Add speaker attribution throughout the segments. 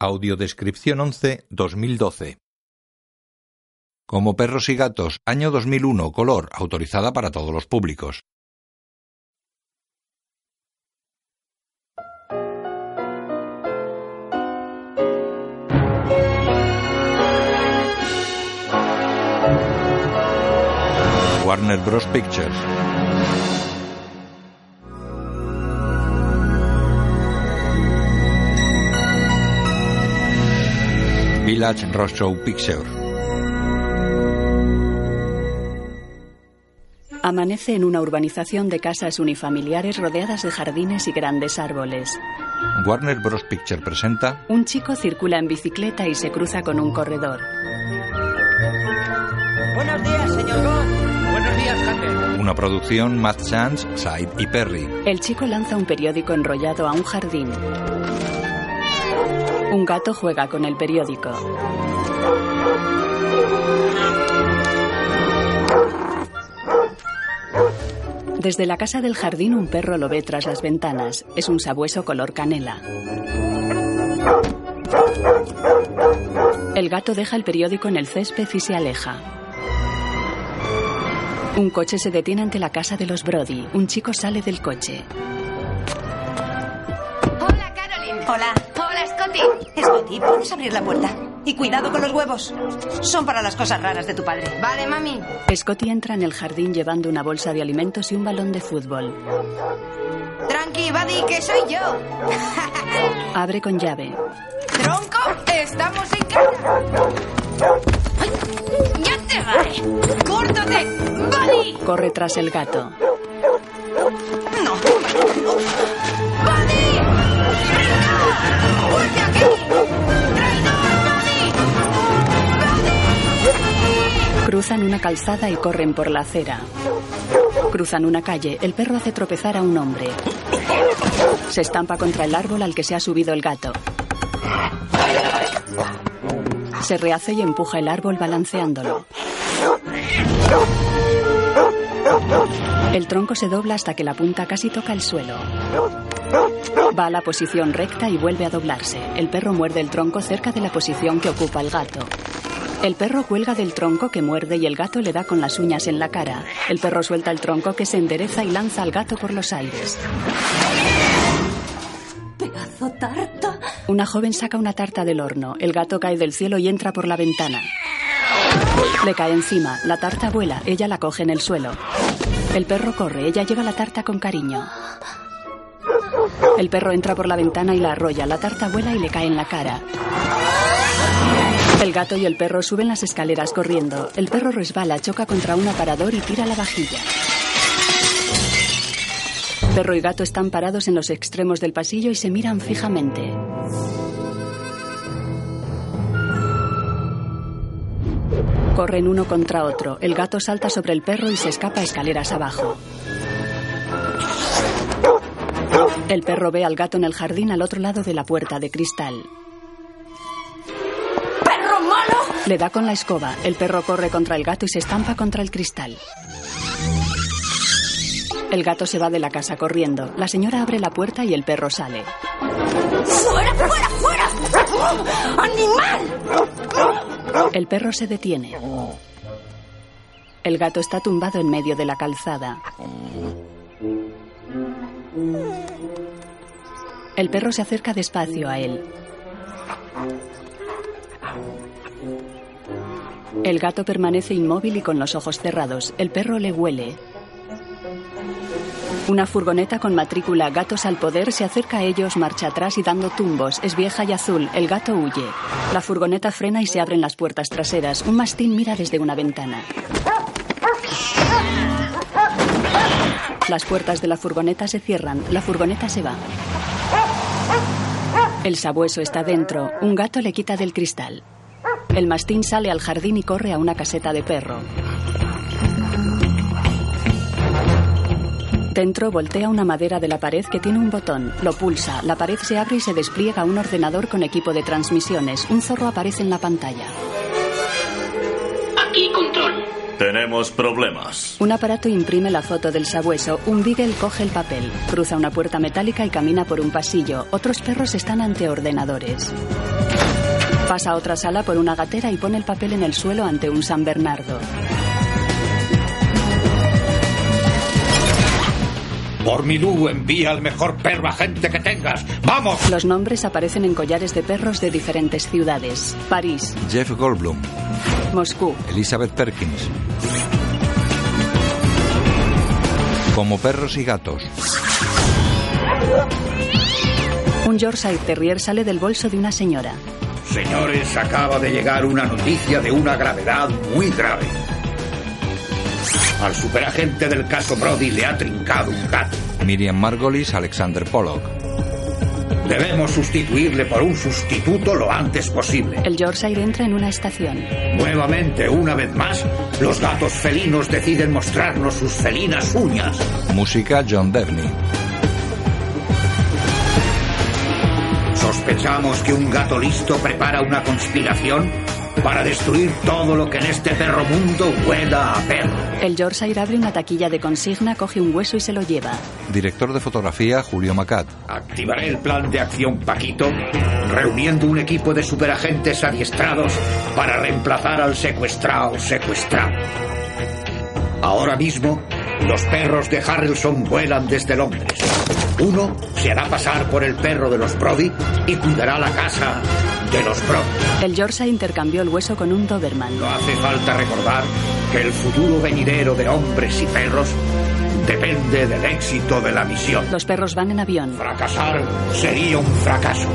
Speaker 1: Audiodescripción 11 2012 como Perros y Gatos, año 2001, color, autorizada para todos los públicos. Warner Bros. Pictures. Village Roadshow Picture.
Speaker 2: Amanece en una urbanización de casas unifamiliares rodeadas de jardines y grandes árboles.
Speaker 1: Warner Bros. Picture presenta
Speaker 2: Un chico circula en bicicleta y se cruza con un corredor.
Speaker 3: Buenos días, señor Bond. Buenos días, Hunter.
Speaker 1: una producción Matt Sands, Said y Perry.
Speaker 2: El chico lanza un periódico enrollado a un jardín. Un gato juega con el periódico. Desde la casa del jardín un perro lo ve tras las ventanas. Es un sabueso color canela. El gato deja el periódico en el césped y se aleja. Un coche se detiene ante la casa de los Brody. Un chico sale del coche.
Speaker 4: Hola, Caroline.
Speaker 5: Hola.
Speaker 4: Hola, Scotty.
Speaker 5: Scotty, ¿puedes abrir la puerta? Y cuidado con los huevos. Son para las cosas raras de tu padre.
Speaker 4: Vale, mami.
Speaker 2: Scotty entra en el jardín llevando una bolsa de alimentos y un balón de fútbol.
Speaker 4: Tranqui, Buddy, que soy yo.
Speaker 2: Abre con llave.
Speaker 4: Tronco, estamos en casa. ¡Ay! ¡Ya te agarré! ¡Córtate, Buddy!
Speaker 2: Corre tras el gato.
Speaker 5: No.
Speaker 4: ¡Buddy! ¡Venga! ¡Fuerte aquí! ¡Traidor,
Speaker 2: Cruzan una calzada y corren por la acera. Cruzan una calle. El perro hace tropezar a un hombre. Se estampa contra el árbol al que se ha subido el gato. Se rehace y empuja el árbol balanceándolo. El tronco se dobla hasta que la punta casi toca el suelo. Va a la posición recta y vuelve a doblarse. El perro muerde el tronco cerca de la posición que ocupa el gato. El perro cuelga del tronco que muerde y el gato le da con las uñas en la cara. El perro suelta el tronco que se endereza y lanza al gato por los aires.
Speaker 5: Pedazo tarta.
Speaker 2: Una joven saca una tarta del horno. El gato cae del cielo y entra por la ventana. Le cae encima. La tarta vuela. Ella la coge en el suelo. El perro corre. Ella lleva la tarta con cariño. El perro entra por la ventana y la arrolla. La tarta vuela y le cae en la cara. El gato y el perro suben las escaleras corriendo. El perro resbala, choca contra un aparador y tira la vajilla. Perro y gato están parados en los extremos del pasillo y se miran fijamente. Corren uno contra otro. El gato salta sobre el perro y se escapa escaleras abajo. El perro ve al gato en el jardín al otro lado de la puerta de cristal.
Speaker 5: ¡Perro malo!
Speaker 2: Le da con la escoba. El perro corre contra el gato y se estampa contra el cristal. El gato se va de la casa corriendo. La señora abre la puerta y el perro sale.
Speaker 5: ¡Fuera, fuera, fuera! ¡Animal!
Speaker 2: El perro se detiene. El gato está tumbado en medio de la calzada. El perro se acerca despacio a él. El gato permanece inmóvil y con los ojos cerrados. El perro le huele. Una furgoneta con matrícula Gatos al Poder se acerca a ellos marcha atrás y dando tumbos. Es vieja y azul. El gato huye. La furgoneta frena y se abren las puertas traseras. Un mastín mira desde una ventana. Las puertas de la furgoneta se cierran. La furgoneta se va. El sabueso está dentro. Un gato le quita del cristal. El mastín sale al jardín y corre a una caseta de perro. Dentro voltea una madera de la pared que tiene un botón. Lo pulsa, la pared se abre y se despliega un ordenador con equipo de transmisiones. Un zorro aparece en la pantalla.
Speaker 6: Aquí control.
Speaker 7: Tenemos problemas.
Speaker 2: Un aparato imprime la foto del sabueso. Un beagle coge el papel. Cruza una puerta metálica y camina por un pasillo. Otros perros están ante ordenadores. Pasa a otra sala por una gatera y pone el papel en el suelo ante un San Bernardo.
Speaker 8: Bormilú envía al mejor perro agente que tengas. ¡Vamos!
Speaker 2: Los nombres aparecen en collares de perros de diferentes ciudades. París,
Speaker 5: Jeff Goldblum,
Speaker 2: Moscú,
Speaker 5: Elizabeth Perkins. Como perros y gatos.
Speaker 2: Un Yorkshire Terrier sale del bolso de una señora.
Speaker 8: Señores, acaba de llegar una noticia de una gravedad muy grave. Al superagente del caso Brody le ha trincado un gato.
Speaker 5: Miriam Margolis, Alexander Pollock.
Speaker 8: Debemos sustituirle por un sustituto lo antes posible.
Speaker 2: El Yorkshire entra en una estación.
Speaker 8: Nuevamente, una vez más, los gatos felinos deciden mostrarnos sus felinas uñas.
Speaker 5: Música John Devney.
Speaker 8: ¿Sospechamos que un gato listo prepara una conspiración para destruir todo lo que en este perro mundo huela a perro?
Speaker 2: El Yorkshire abre una taquilla de consigna, coge un hueso y se lo lleva.
Speaker 5: Director de fotografía Julio Macat.
Speaker 8: Activaré el plan de acción Paquito, reuniendo un equipo de superagentes adiestrados para reemplazar al secuestrado secuestrado. Ahora mismo, los perros de Harrelson vuelan desde Londres. Uno se hará pasar por el perro de los Brody y cuidará la casa de los Brody.
Speaker 2: El Yorkshire intercambió el hueso con un Doberman.
Speaker 8: No hace falta recordar que el futuro venidero de hombres y perros depende del éxito de la misión.
Speaker 2: Los perros van en avión.
Speaker 8: Fracasar sería un fracaso.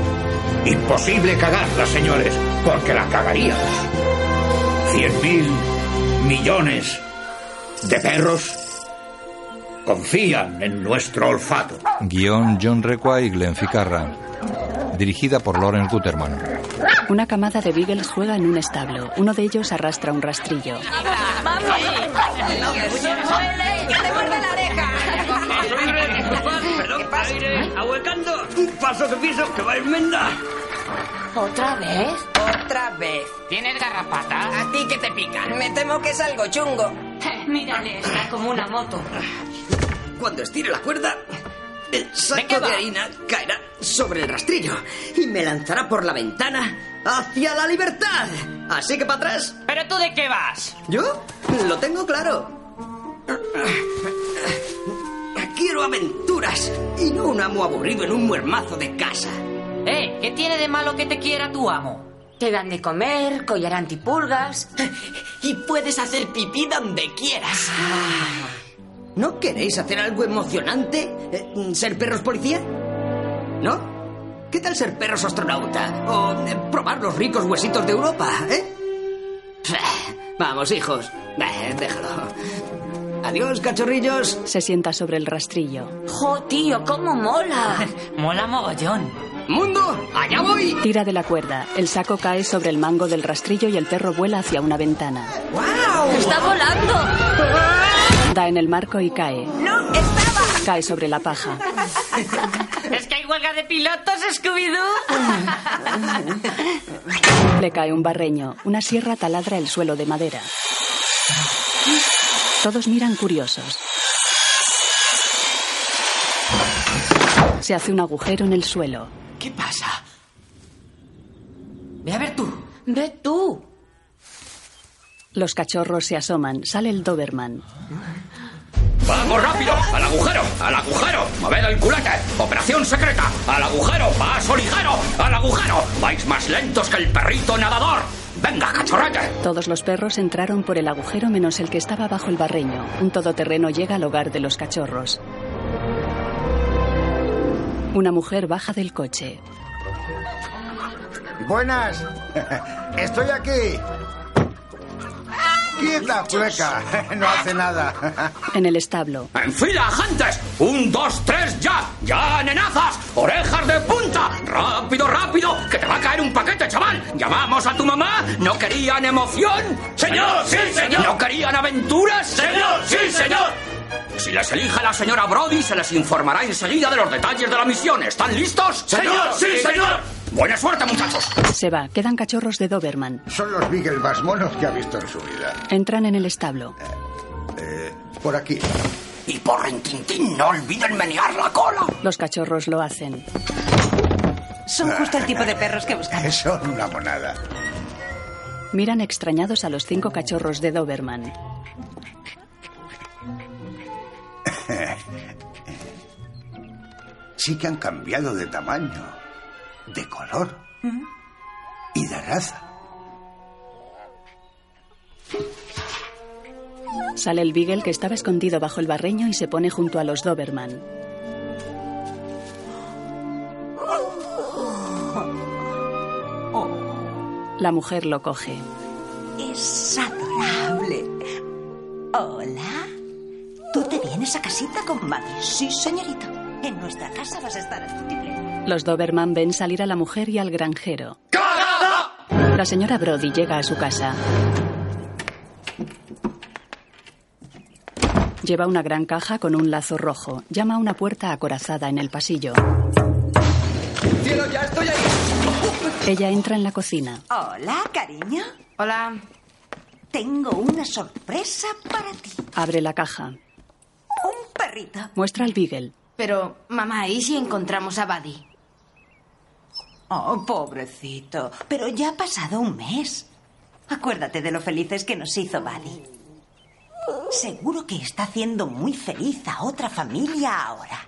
Speaker 8: Imposible cagarla, señores, porque la cagaríamos. Cien mil millones de perros confían en nuestro olfato.
Speaker 5: Guión John Requa y Glenn Ficarra. Dirigida por Lauren Guterman.
Speaker 2: Una camada de beagles juega en un establo. Uno de ellos arrastra un rastrillo.
Speaker 9: ¡Que te muerde la oreja! ¿Qué pasa?
Speaker 3: Ahuecando un paso que piso que va a enmenda.
Speaker 10: ¿Otra vez?
Speaker 4: Otra vez.
Speaker 11: ¿Tienes garrapata?
Speaker 4: A ti que te pican. Me temo que es algo chungo.
Speaker 5: Eh,
Speaker 10: Mírale, está como una moto.
Speaker 11: Cuando estire la cuerda, el saco de harina caerá sobre el rastrillo y me lanzará por la ventana hacia la libertad. Así que para atrás.
Speaker 3: ¿Pero tú de qué vas?
Speaker 11: ¿Yo? Lo tengo claro. Quiero aventuras y no un amo aburrido en un muermazo de casa.
Speaker 10: Eh, ¿qué tiene de malo que te quiera tu amo? Te dan de comer, collar antipulgas.
Speaker 11: Y puedes hacer pipí donde quieras. ¿No queréis hacer algo emocionante? Eh, ¿Ser perros policía? ¿No? ¿Qué tal ser perros astronauta? ¿O eh, probar los ricos huesitos de Europa? ¿Eh? Vamos, hijos. Eh, déjalo. Adiós, cachorrillos.
Speaker 2: Se sienta sobre el rastrillo.
Speaker 10: ¡Jo, tío, cómo mola!
Speaker 11: Mola mogollón. ¡Mundo! ¡Allá voy!
Speaker 2: Tira de la cuerda. El saco cae sobre el mango del rastrillo y el perro vuela hacia una ventana.
Speaker 11: ¡Guau!
Speaker 10: ¡Está volando!
Speaker 2: Da en el marco y cae.
Speaker 4: ¡No estaba!
Speaker 2: Cae sobre la paja.
Speaker 11: Es que hay huelga de pilotos, Scooby-Doo.
Speaker 2: Le cae un barreño. Una sierra taladra el suelo de madera. Todos miran curiosos. Se hace un agujero en el suelo.
Speaker 11: ¿Qué pasa? Ve a ver tú.
Speaker 10: Ve tú.
Speaker 2: Los cachorros se asoman. Sale el Doberman.
Speaker 8: ¡Vamos rápido! ¡Al agujero! ¡Al agujero! ¡Mover el culete! ¡Operación secreta! ¡Al agujero! ¡Paso ligero! ¡Al agujero! ¡Vais más lentos que el perrito nadador! ¡Venga, cachorrete!
Speaker 2: Todos los perros entraron por el agujero menos el que estaba bajo el barreño. Un todoterreno llega al hogar de los cachorros. Una mujer baja del coche.
Speaker 12: Buenas, estoy aquí.
Speaker 6: ¡Quieta, fleca! No hace nada.
Speaker 2: En el establo,
Speaker 12: ¡En fila, gentes! ¡Un, dos, tres, ya! ¡Ya, nenazas! ¡Orejas de punta! ¡Rápido, rápido! ¡Que te va a caer un paquete, chaval! ¿Llamamos a tu mamá? ¿No querían emoción?
Speaker 7: ¡Señor, sí, señor!
Speaker 12: ¿No querían aventuras?
Speaker 7: ¡Señor, sí, señor!
Speaker 12: Si les elige la señora Brody, se les informará enseguida de los detalles de la misión. ¿Están listos?
Speaker 7: ¡Señor, sí, señor!
Speaker 12: Buena suerte, muchachos.
Speaker 2: se va. Quedan cachorros de Doberman.
Speaker 6: Son los Beagle más monos que ha visto en su vida.
Speaker 2: Entran en el establo.
Speaker 6: Eh, por aquí.
Speaker 12: Y por Rentintín, no olviden menear la cola.
Speaker 2: Los cachorros lo hacen.
Speaker 4: Son justo el tipo de perros que buscamos.
Speaker 6: Son una monada.
Speaker 2: Miran extrañados a los cinco cachorros de Doberman.
Speaker 6: Sí que han cambiado de tamaño, de color y de raza.
Speaker 2: Sale el Beagle que estaba escondido bajo el barreño y se pone junto a los Doberman.
Speaker 5: Oh,
Speaker 2: La mujer lo coge.
Speaker 4: Es adorable. Hola. ¿Tú te vienes a casita con mami? Sí, señorito. En nuestra casa vas a estar a tu tiple.
Speaker 2: Los Doberman ven salir a la mujer y al granjero. La señora Brody llega a su casa. Lleva una gran caja con un lazo rojo. Llama a una puerta acorazada en el pasillo.
Speaker 11: ¡Cielo, ya estoy ahí!
Speaker 2: Ella entra en la cocina.
Speaker 4: Hola, cariño.
Speaker 10: Hola.
Speaker 4: Tengo una sorpresa para ti.
Speaker 2: Abre la caja.
Speaker 4: Un perrito.
Speaker 2: Muestra al Beagle.
Speaker 10: Pero, mamá, ¿y si encontramos a Buddy?
Speaker 4: Oh, pobrecito. Pero ya ha pasado un mes. Acuérdate de lo felices que nos hizo Buddy. Seguro que está haciendo muy feliz a otra familia ahora.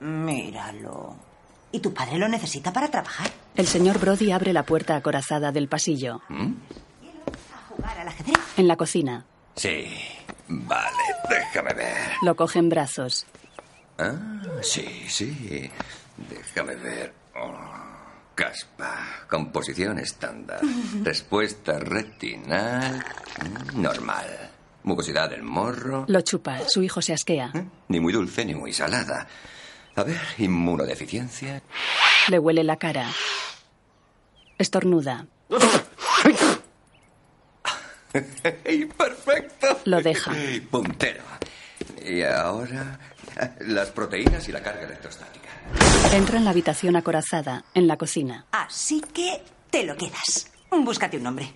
Speaker 4: Míralo. ¿Y tu padre lo necesita para trabajar?
Speaker 2: El señor Brody abre la puerta acorazada del pasillo.
Speaker 12: ¿Mm?
Speaker 2: En la cocina.
Speaker 12: Sí. Vale, déjame ver.
Speaker 2: Lo coge en brazos.
Speaker 12: Ah, sí, sí. Déjame ver. Oh, caspa. Composición estándar. Respuesta retinal mm, normal. Mucosidad del morro.
Speaker 2: Lo chupa. Su hijo se asquea.
Speaker 12: Ni muy dulce ni muy salada. A ver, inmunodeficiencia.
Speaker 2: Le huele la cara. Estornuda.
Speaker 12: Perfecto.
Speaker 2: Lo deja.
Speaker 12: Puntero. Y ahora las proteínas y la carga electrostática.
Speaker 2: Entra en la habitación acorazada, en la cocina.
Speaker 4: Así que te lo quedas. Búscate un nombre.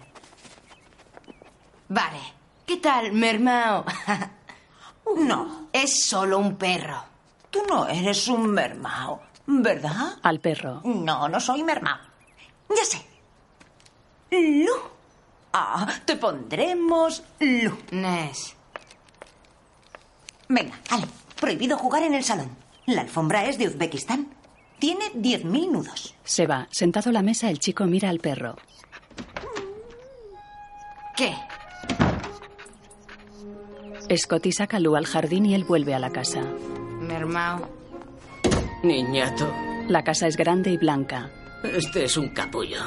Speaker 10: Vale. ¿Qué tal, mermao?
Speaker 4: No,
Speaker 10: es solo un perro.
Speaker 4: tú no eres un mermao, ¿verdad?
Speaker 2: Al perro.
Speaker 4: No, no soy mermao. Ya sé. Lu. Ah, te pondremos Lu.
Speaker 10: Nes.
Speaker 4: Venga, Ale, prohibido jugar en el salón. La alfombra es de Uzbekistán. Tiene 10.000 nudos.
Speaker 2: Se va. Sentado a la mesa, el chico mira al perro.
Speaker 10: ¿Qué?
Speaker 2: Scotty saca a Lou al jardín y él vuelve a la casa.
Speaker 10: Mermao.
Speaker 11: Niñato,
Speaker 2: La casa es grande y blanca.
Speaker 11: este es un capullo.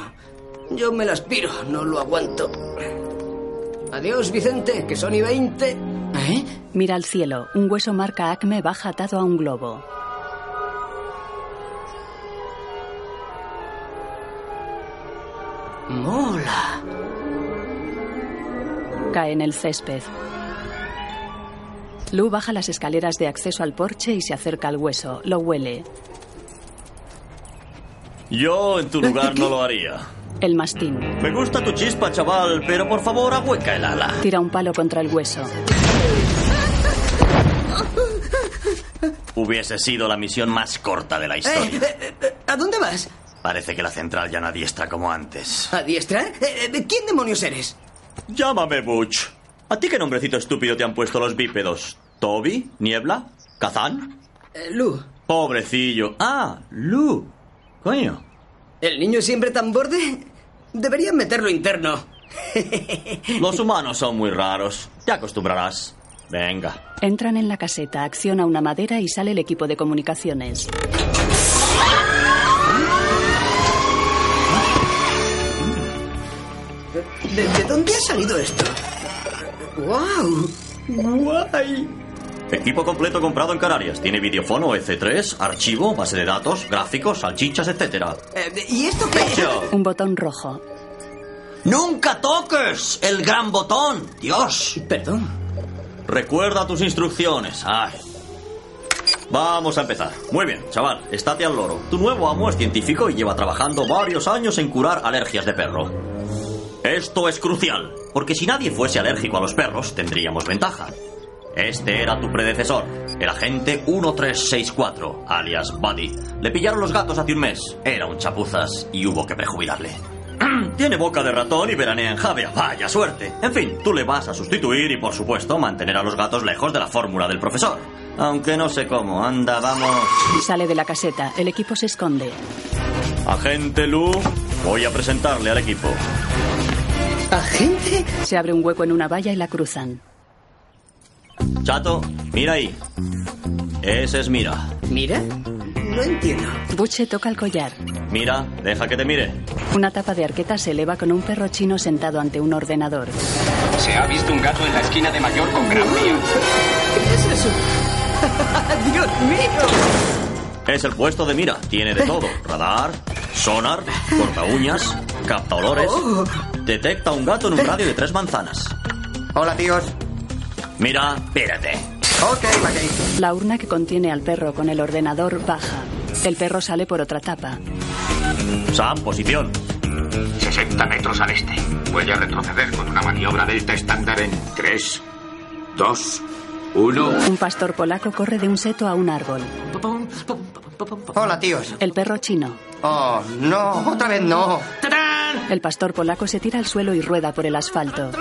Speaker 11: Yo me las piro, no lo aguanto. Adiós, Vicente, que son y 20. ¿Eh?
Speaker 2: Mira al cielo. Un hueso marca Acme baja atado a un globo.
Speaker 11: Mola.
Speaker 2: Cae en el césped. Lou baja las escaleras de acceso al porche y se acerca al hueso. Lo huele.
Speaker 7: Yo en tu lugar no lo haría.
Speaker 2: El mastín.
Speaker 7: Me gusta tu chispa, chaval, pero por favor ahueca el ala.
Speaker 2: Tira un palo contra el hueso.
Speaker 7: Hubiese sido la misión más corta de la historia.
Speaker 11: Eh, eh, ¿A dónde vas?
Speaker 7: Parece que la central ya no adiestra como antes.
Speaker 11: ¿A diestrar? Eh, eh, ¿Quién demonios eres?
Speaker 7: Llámame Butch. ¿A ti qué nombrecito estúpido te han puesto los bípedos? ¿Toby? ¿Niebla? ¿Kazán?
Speaker 11: Eh, Lu,
Speaker 7: Pobrecillo. Ah, Lu. Coño.
Speaker 11: ¿el niño es siempre tan borde? Deberían meterlo interno.
Speaker 7: Los humanos son muy raros. Te acostumbrarás. Venga.
Speaker 2: Entran en la caseta, acciona una madera y sale el equipo de comunicaciones.
Speaker 11: ¿De, de dónde ha salido esto? ¡Guau! ¡Guay!
Speaker 7: Equipo completo comprado en Canarias. Tiene videofono, EC3, archivo, base de datos, gráficos, salchichas, etcétera.
Speaker 11: Eh, ¿Y esto qué es?
Speaker 2: Un botón rojo.
Speaker 7: ¡Nunca toques el gran botón! ¡Dios! Perdón. Recuerda tus instrucciones. Ay. Vamos a empezar. Muy bien, chaval, estate al loro. Tu nuevo amo es científico y lleva trabajando varios años en curar alergias de perro. Esto es crucial, porque si nadie fuese alérgico a los perros, tendríamos ventaja. Este era tu predecesor, el agente 1364, alias Buddy. Le pillaron los gatos hace un mes. Era un chapuzas y hubo que prejubilarle. Tiene boca de ratón y veranea en Javia. Vaya suerte. En fin, tú le vas a sustituir y, por supuesto, mantener a los gatos lejos de la fórmula del profesor. Aunque no sé cómo. Anda, vamos.
Speaker 2: Sale de la caseta. El equipo se esconde.
Speaker 7: Agente Lu, voy a presentarle al equipo.
Speaker 2: ¿Agente? Se abre un hueco en una valla y la cruzan.
Speaker 7: Chato, mira ahí. Ese es Mira.
Speaker 11: ¿Mira? No entiendo.
Speaker 2: Buche toca el collar.
Speaker 7: Mira, deja que te mire.
Speaker 2: Una tapa de arqueta se eleva con un perro chino sentado ante un ordenador.
Speaker 13: Se ha visto un gato en la esquina de Mayor con Gran Vía.
Speaker 11: ¿Qué es eso? ¡Ah, ¡Dios mío!
Speaker 7: Es el puesto de Mira. Tiene de todo. Radar, sonar, corta uñas, capta olores. Detecta un gato en un radio de tres manzanas.
Speaker 14: Hola, tíos.
Speaker 7: Mira, espérate.
Speaker 14: Ok, Mackey.
Speaker 2: La urna que contiene al perro con el ordenador baja. El perro sale por otra tapa.
Speaker 7: Sam, posición.
Speaker 15: 60 metros al este. Voy a retroceder con una maniobra delta estándar en 3, 2, 1.
Speaker 2: Un pastor polaco corre de un seto a un árbol.
Speaker 14: Hola, tíos.
Speaker 2: El perro chino.
Speaker 14: Oh, no, otra vez no.
Speaker 2: El pastor polaco se tira al suelo y rueda por el asfalto.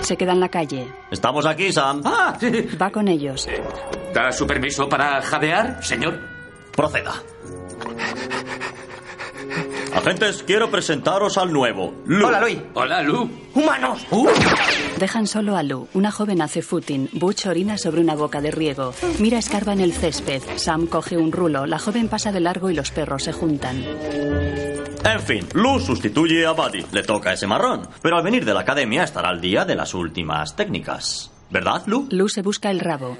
Speaker 2: Se queda en la calle.
Speaker 7: Estamos aquí, Sam.
Speaker 2: Va con ellos.
Speaker 12: ¿Da su permiso para jadear, señor?
Speaker 7: Proceda. Agentes, quiero presentaros al nuevo. Lu.
Speaker 14: Hola, Luis.
Speaker 12: Hola, Lu.
Speaker 14: ¡Humanos!
Speaker 2: Uh. Dejan solo a Lou. Una joven hace footing. Butch orina sobre una boca de riego. Mira escarba en el césped. Sam coge un rulo. La joven pasa de largo y los perros se juntan.
Speaker 7: En fin, Lu sustituye a Buddy. Le toca ese marrón. Pero al venir de la academia estará al día de las últimas técnicas. ¿Verdad, Lu?
Speaker 2: Lou se busca el rabo.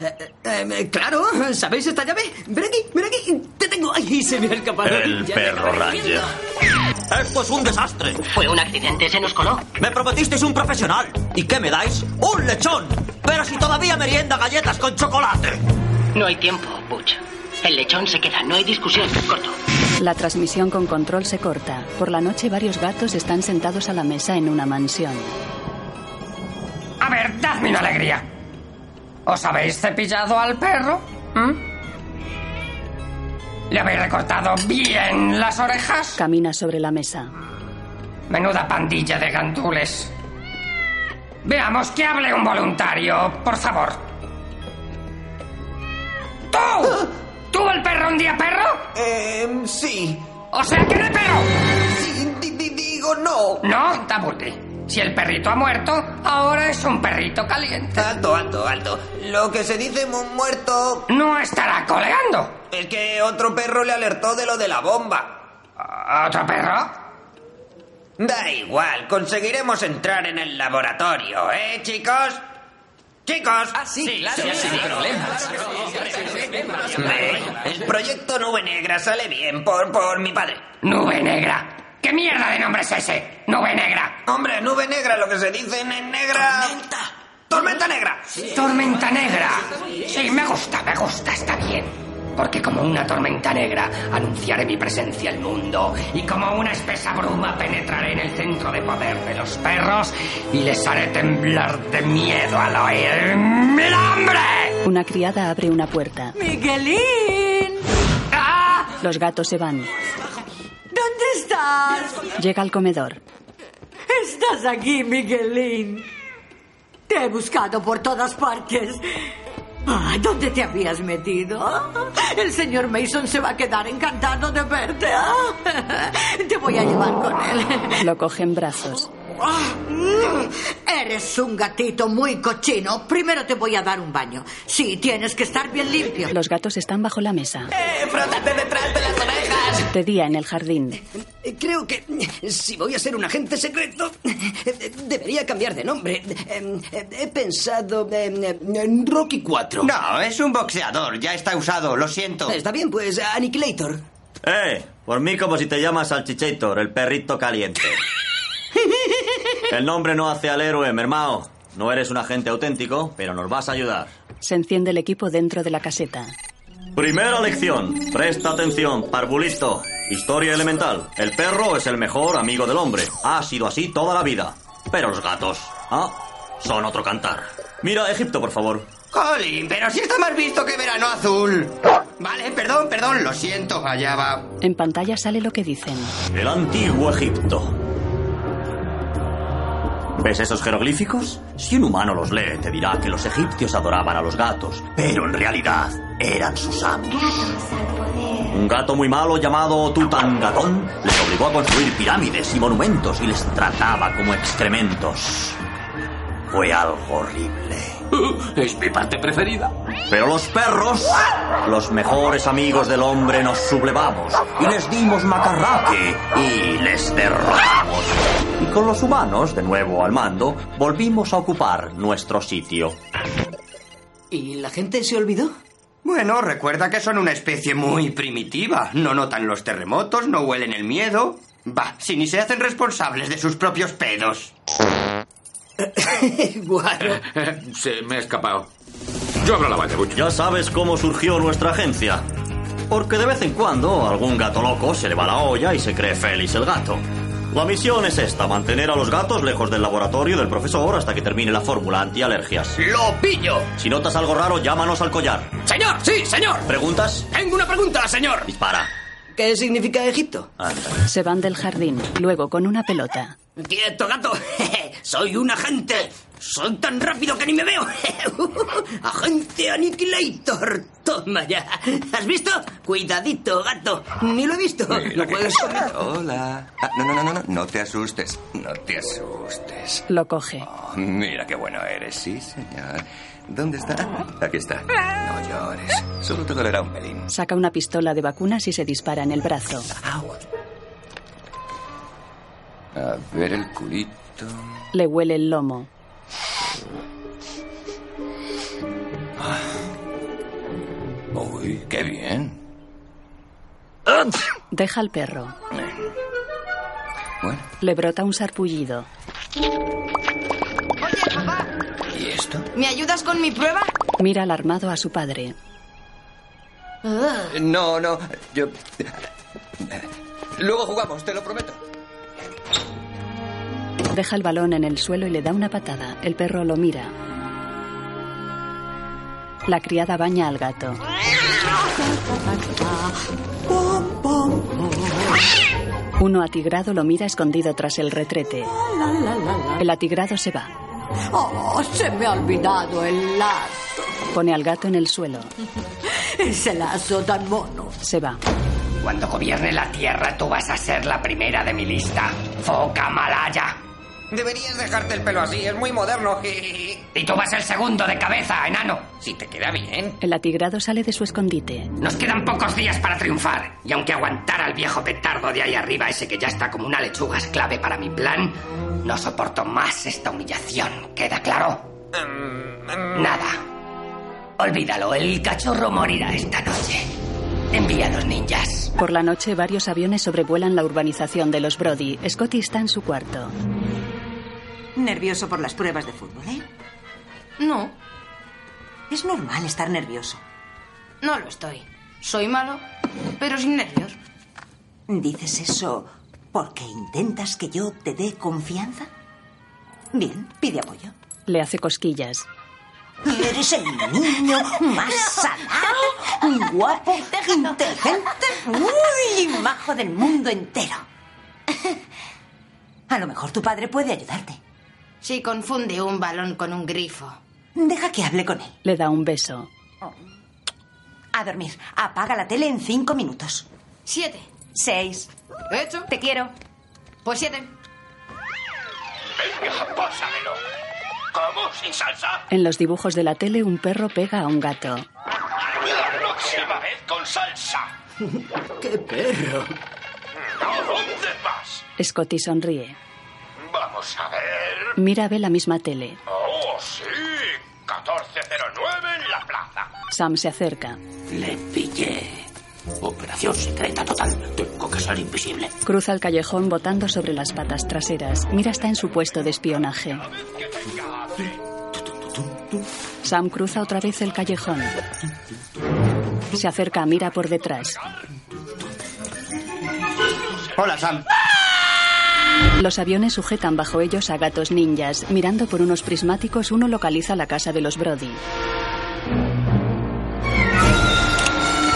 Speaker 11: Eh, eh, claro, ¿sabéis esta llave? Ven aquí, ven aquí. Te tengo. ¡Ay, se me ha escapado!
Speaker 7: El
Speaker 11: Ya
Speaker 7: perro
Speaker 11: me acabé
Speaker 7: Ranger.
Speaker 11: corriendo.
Speaker 7: ¡Esto es un desastre!
Speaker 11: Fue un accidente, se nos coló.
Speaker 7: Me prometisteis un profesional. ¿Y qué me dais? ¡Un lechón! Pero si todavía merienda galletas con chocolate.
Speaker 16: No hay tiempo, Butch. El lechón se queda, no hay discusión. Corto.
Speaker 2: La transmisión con control se corta. Por la noche varios gatos están sentados a la mesa en una mansión.
Speaker 13: A ver, dadme una alegría. ¿Os habéis cepillado al perro? ¿Mm? ¿Le habéis recortado bien las orejas?
Speaker 2: Camina sobre la mesa.
Speaker 13: Menuda pandilla de gandules. Veamos que hable un voluntario, por favor. ¡Tú! ¿Tú el perro un día perro? Eh, sí. O sea que no hay perro. Sí, digo no. No, Tabuti. Si el perrito ha muerto, ahora es un perrito caliente. Alto, alto, alto.
Speaker 17: Lo que se dice mu- muerto
Speaker 13: No estará coleando.
Speaker 17: es que otro perro le alertó de lo de la bomba.
Speaker 13: ¿Otro perro?
Speaker 17: Da igual, conseguiremos entrar en el laboratorio, ¿eh, chicos? Chicos, así, El proyecto Nube Negra sale bien por, por mi padre.
Speaker 13: Nube negra. ¿Qué mierda de nombre es ese? Nube negra.
Speaker 17: Hombre, Nube Negra, lo que se dice en negra. Tormenta. Tormenta negra.
Speaker 13: Tormenta negra. Sí, me gusta, me gusta, está bien. Porque como una tormenta negra anunciaré mi presencia al mundo y como una espesa bruma penetraré en el centro de poder de los perros y les haré temblar de miedo al oír mi nombre.
Speaker 2: Una criada abre una puerta.
Speaker 18: ¡Miguelín!
Speaker 2: Los gatos se van.
Speaker 18: ¿Dónde estás?
Speaker 2: Llega al comedor.
Speaker 18: Estás aquí, Miguelín. Te he buscado por todas partes. Ah, ¿Dónde te habías metido? El señor Mason se va a quedar encantado de verte. Ah, Te voy a llevar con él.
Speaker 2: Lo coge en brazos.
Speaker 18: Ah, mm, Eres un gatito muy cochino. Primero te voy a dar un baño. Sí, tienes que estar bien limpio.
Speaker 2: Los gatos están bajo la mesa.
Speaker 18: ¡Eh, frótate detrás de las orejas!
Speaker 2: De día en el jardín.
Speaker 11: Creo que eh, si voy a ser un agente secreto, eh, eh, debería cambiar de nombre. Eh, eh, He pensado eh, en Rocky 4.
Speaker 17: No, es un boxeador, ya está usado, lo siento.
Speaker 11: Está bien, pues Annihilator.
Speaker 7: ¡Eh! Por mí como si te llamas Salchichator, el perrito caliente. El nombre no hace al héroe, mermao. No eres un agente auténtico, pero nos vas a ayudar.
Speaker 2: Se enciende el equipo dentro de la caseta.
Speaker 7: Primera lección. Presta atención, parvulisto. Historia elemental. El perro es el mejor amigo del hombre. Ha sido así toda la vida. Pero los gatos, ¿ah? Son otro cantar. Mira, Egipto, por favor.
Speaker 14: Colin, pero si está más visto que verano azul. Vale, perdón, perdón, lo siento. Allá va.
Speaker 2: En pantalla sale lo que dicen.
Speaker 7: El antiguo Egipto. ¿Ves esos jeroglíficos? Si un humano los lee, te dirá que los egipcios adoraban a los gatos, pero en realidad eran sus amos. Un gato muy malo llamado Tutangatón les obligó a construir pirámides y monumentos y les trataba como excrementos. Fue algo horrible. Es mi parte preferida. Pero los perros, los mejores amigos del hombre, nos sublevamos y les dimos macarraque y les derrotamos. Y con los humanos, de nuevo al mando, volvimos a ocupar nuestro sitio.
Speaker 11: ¿Y la gente se olvidó?
Speaker 14: Bueno, recuerda que son una especie muy primitiva. No notan los terremotos, no huelen el miedo. Bah, si ni se hacen responsables de sus propios pedos.
Speaker 11: Guaro.
Speaker 7: Se me ha escapado. Yo abro la boca. Ya sabes cómo surgió nuestra agencia. Porque de vez en cuando algún gato loco se le va la olla y se cree feliz el gato. La misión es esta, mantener a los gatos lejos del laboratorio del profesor hasta que termine la fórmula antialergias.
Speaker 12: ¡Lo pillo!
Speaker 7: Si notas algo raro, llámanos al collar.
Speaker 12: ¡Señor! ¡Sí, señor!
Speaker 7: ¿Preguntas?
Speaker 12: Tengo una pregunta, señor.
Speaker 7: Dispara.
Speaker 11: ¿Qué significa Egipto?
Speaker 2: Se van del jardín, luego con una pelota.
Speaker 13: ¡Quieto, gato! ¡Soy un agente! ¡Soy tan rápido que ni me veo! ¡Agente Annihilator! ¡Toma ya! ¿Has visto? Cuidadito, gato. Ni lo he visto. No
Speaker 11: Pues,
Speaker 13: juegues conmigo.
Speaker 6: Hola. Ah, no, no, no, no, no, no te asustes. No te asustes.
Speaker 2: Lo coge.
Speaker 6: Oh, mira qué bueno eres, sí, señor. ¿Dónde está? Ah, Aquí está. No llores. Solo te dolerá un pelín.
Speaker 2: Saca una pistola de vacunas y se dispara en el brazo.
Speaker 6: A ver el culito.
Speaker 2: Le huele el lomo.
Speaker 6: Uy, qué bien.
Speaker 2: Deja al perro. Le brota un sarpullido.
Speaker 6: ¿Y esto?
Speaker 10: ¿Me ayudas con mi prueba?
Speaker 2: Mira alarmado a su padre.
Speaker 4: Ah.
Speaker 6: No, no, yo... Luego jugamos, te lo prometo.
Speaker 2: Deja el balón en el suelo y le da una patada. El perro lo mira. La criada baña al gato. Uno atigrado lo mira escondido tras el retrete. El atigrado se va.
Speaker 18: Oh, se me ha olvidado el lazo.
Speaker 2: Pone al gato en el suelo.
Speaker 18: Ese lazo tan mono.
Speaker 2: Se va.
Speaker 13: Cuando gobierne la Tierra, tú vas a ser la primera de mi lista. Foca Malaya.
Speaker 17: Deberías dejarte el pelo así, es muy moderno.
Speaker 13: Y tú vas el segundo de cabeza, enano. Si te queda bien.
Speaker 2: El atigrado sale de su escondite.
Speaker 13: Nos quedan pocos días para triunfar. Y aunque aguantar al viejo petardo de ahí arriba, ese que ya está como una lechuga, es clave para mi plan, no soporto más esta humillación. ¿Queda claro? Nada. Olvídalo, el cachorro morirá esta noche. Envía a los ninjas.
Speaker 2: Por la noche, varios aviones sobrevuelan la urbanización de los Brody. Scotty está en su cuarto.
Speaker 4: Nervioso por las pruebas de fútbol, ¿eh?
Speaker 10: No,
Speaker 4: Es normal estar nervioso.
Speaker 10: no lo estoy. Soy malo, pero sin nervios.
Speaker 4: ¿Dices eso porque intentas que yo te dé confianza? Bien, pide apoyo.
Speaker 2: Le hace cosquillas.
Speaker 4: Eres el niño más salado, guapo, inteligente, muy majo del mundo entero. A lo mejor tu padre puede ayudarte.
Speaker 10: Si confunde un balón con un grifo.
Speaker 4: Deja que hable con él.
Speaker 2: Le da un beso.
Speaker 4: A dormir. Apaga la tele en cinco minutos.
Speaker 10: Siete.
Speaker 4: Seis.
Speaker 10: Hecho. Te quiero. Pues siete.
Speaker 12: Venga, pásamelo. ¿Cómo? ¿Sin salsa?
Speaker 2: En los dibujos de la tele, un perro pega a un gato.
Speaker 12: La próxima vez con salsa.
Speaker 11: ¡Qué perro!
Speaker 12: ¿A dónde va?
Speaker 2: Scotty sonríe.
Speaker 15: Vamos a ver.
Speaker 2: Mira ve la misma tele.
Speaker 15: ¡Oh, sí! 1409 en la plaza.
Speaker 2: Sam se acerca.
Speaker 15: Le pillé. Operación secreta total. Tengo que ser invisible.
Speaker 2: Cruza el callejón botando sobre las patas traseras. Mira está en su puesto de espionaje. Sam cruza otra vez el callejón. Se acerca a Mira por detrás.
Speaker 14: Hola, Sam.
Speaker 2: Los aviones sujetan bajo ellos a gatos ninjas. Mirando por unos prismáticos, uno localiza la casa de los Brody.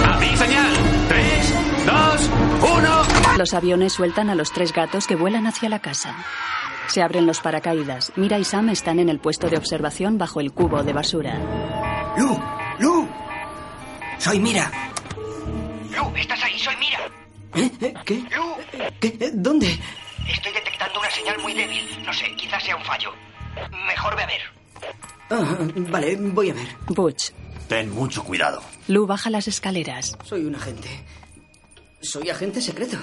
Speaker 12: ¡A mi señal! ¡Tres, dos, uno!
Speaker 2: Los aviones sueltan a los tres gatos que vuelan hacia la casa. Se abren los paracaídas. Mira y Sam están en el puesto de observación bajo el cubo de basura.
Speaker 17: ¡Lu! ¡Lu! Soy Mira.
Speaker 16: Lu, estás ahí, soy Mira.
Speaker 17: ¿Eh? ¿Eh? ¿Qué?
Speaker 16: Lu,
Speaker 17: ¿Qué? Eh, ¿Dónde?
Speaker 16: estoy detectando una señal muy débil. No sé, quizás sea un fallo. Mejor ve a ver.
Speaker 17: Ah, vale, voy a ver.
Speaker 2: Butch.
Speaker 7: Ten mucho cuidado.
Speaker 2: Lu baja las escaleras.
Speaker 11: Soy un agente. Soy agente secreto.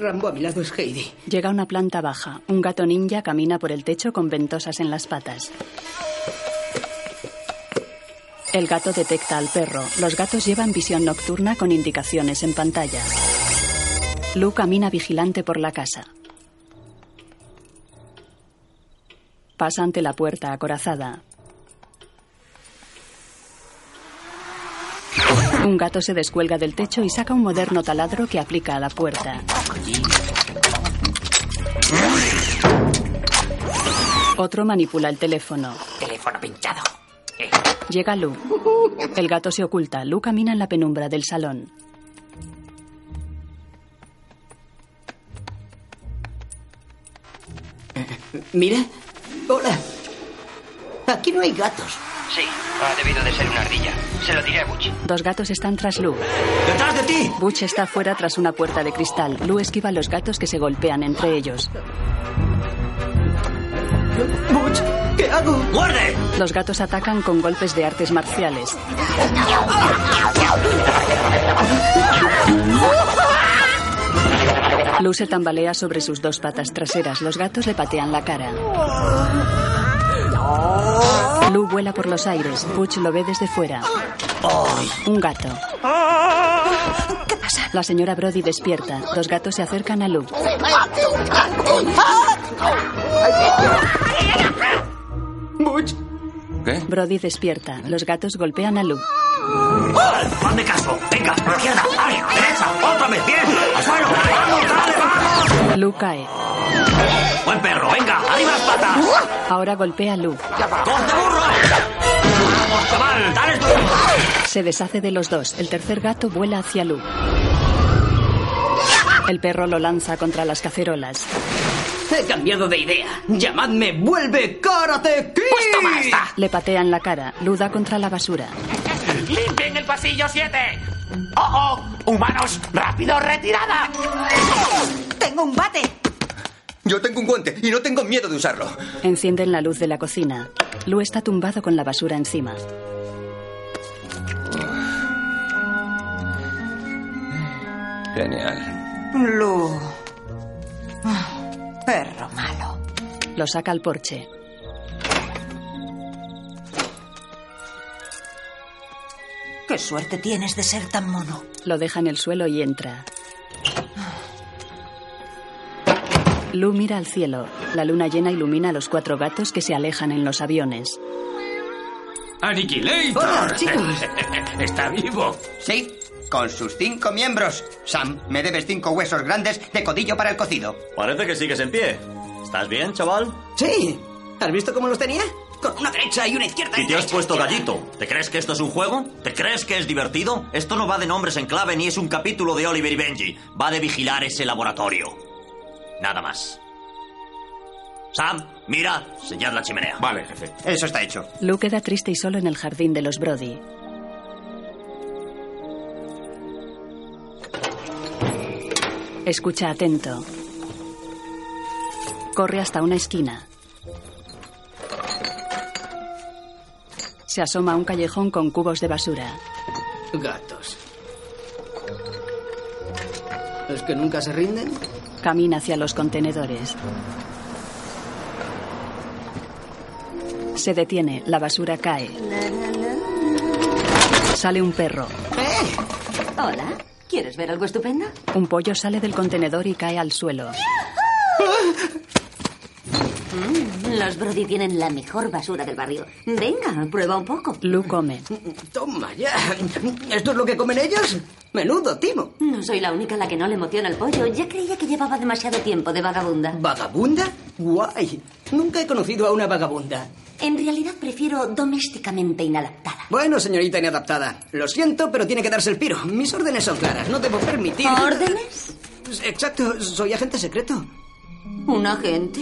Speaker 11: Rambo a mi lado es Heidi.
Speaker 2: Llega a una planta baja. Un gato ninja camina por el techo con ventosas en las patas. El gato detecta al perro. Los gatos llevan visión nocturna con indicaciones en pantalla. Lu camina vigilante por la casa. Pasa ante la puerta acorazada. Un gato se descuelga del techo y saca un moderno taladro que aplica a la puerta. Otro manipula el teléfono.
Speaker 16: Teléfono pinchado.
Speaker 2: Llega Lu. El gato se oculta. Lu camina en la penumbra del salón.
Speaker 11: Mira. Hola. Aquí no hay gatos.
Speaker 16: Sí, ha debido de ser una ardilla. Se lo diré a Butch.
Speaker 2: Dos gatos están tras Lu. ¡Detrás de ti! Butch está fuera tras una puerta de cristal. Lu esquiva a los gatos que se golpean entre ellos.
Speaker 11: Butch, ¿qué hago?
Speaker 7: ¡Muerde!
Speaker 2: Los gatos atacan con golpes de artes marciales. Lu se tambalea sobre sus dos patas traseras. Los gatos le patean la cara. Lu vuela por los aires. Butch lo ve desde fuera. Un gato. ¿Qué pasa? La señora Brody despierta. Los gatos se acercan a Lu.
Speaker 11: Butch.
Speaker 6: ¿Qué?
Speaker 2: Brody despierta. Los gatos golpean a Lu.
Speaker 7: ¡Hazme caso! ¡Venga! ¡Izquierda! ¡Vale! ¡Derecha! ¡Otra vez! ¡Bien! ¡Al suelo! ¡Vamos! ¡Dale! ¡Vamos!
Speaker 2: Lu cae.
Speaker 7: ¡Buen perro! ¡Venga! ¡Arriba las patas!
Speaker 2: Ahora golpea a Lu.
Speaker 7: ¡Corte burro! ¡Vamos, chaval! ¡Dale tú!
Speaker 2: Se deshace de los dos. El tercer gato vuela hacia Lu. El perro lo lanza contra las cacerolas.
Speaker 11: He cambiado de idea. Llamadme Vuelve Karate Kid. Pues toma esta.
Speaker 2: Le patean la cara. Lu da contra la basura.
Speaker 12: ¡Limpien el pasillo 7! ¡Ojo! ¡Humanos! ¡Rápido, retirada!
Speaker 4: Tengo un bate.
Speaker 14: Yo tengo un guante y no tengo miedo de usarlo.
Speaker 2: Encienden la luz de la cocina. Lu está tumbado con la basura encima.
Speaker 6: Genial.
Speaker 4: Lu. Ah, Perro malo.
Speaker 2: Lo saca al porche.
Speaker 4: Qué suerte tienes de ser tan mono.
Speaker 2: Lo deja en el suelo y entra. Lu mira al cielo. La luna llena ilumina a los cuatro gatos que se alejan en los aviones.
Speaker 12: ¡Aniquilator!
Speaker 14: Hola, chicos.
Speaker 12: ¡Está vivo!
Speaker 14: Sí, con sus cinco miembros. Sam, me debes cinco huesos grandes de codillo para el cocido.
Speaker 7: Parece que sigues en pie. ¿Estás bien, chaval?
Speaker 11: Sí. ¿Has visto cómo los tenía? Con una derecha y una izquierda.
Speaker 7: Y te has puesto gallito. ¿Te crees que esto es un juego? ¿Te crees que es divertido? Esto no va de nombres en clave ni es un capítulo de Oliver y Benji. Va de vigilar ese laboratorio. Nada más. Sam, mira, sellad la chimenea.
Speaker 15: Vale, jefe.
Speaker 14: Eso está hecho.
Speaker 2: Lu queda triste y solo en el jardín de los Brody. Escucha atento. Corre hasta una esquina. Se asoma a un callejón con cubos de basura.
Speaker 11: Gatos. ¿Es que nunca se rinden?
Speaker 2: Camina hacia los contenedores. Se detiene, la basura cae. Sale un perro.
Speaker 19: Eh. Hola, ¿quieres ver algo estupendo?
Speaker 2: Un pollo sale del contenedor y cae al suelo.
Speaker 19: Mm, los Brody tienen la mejor basura del barrio. Venga, prueba un poco. Mm,
Speaker 2: Lu come.
Speaker 11: Toma ya. ¿Esto es lo que comen ellas? Menudo timo.
Speaker 19: No soy la única a la que no le emociona el pollo. Ya creía que llevaba demasiado tiempo de vagabunda.
Speaker 11: ¿Vagabunda? Guay. Nunca he conocido a una vagabunda.
Speaker 19: En realidad prefiero domésticamente inadaptada.
Speaker 11: Bueno, señorita inadaptada, lo siento, pero tiene que darse el piro. Mis órdenes son claras, no debo permitir.
Speaker 19: ¿Órdenes?
Speaker 11: Exacto, soy agente secreto.
Speaker 19: ¿Un agente?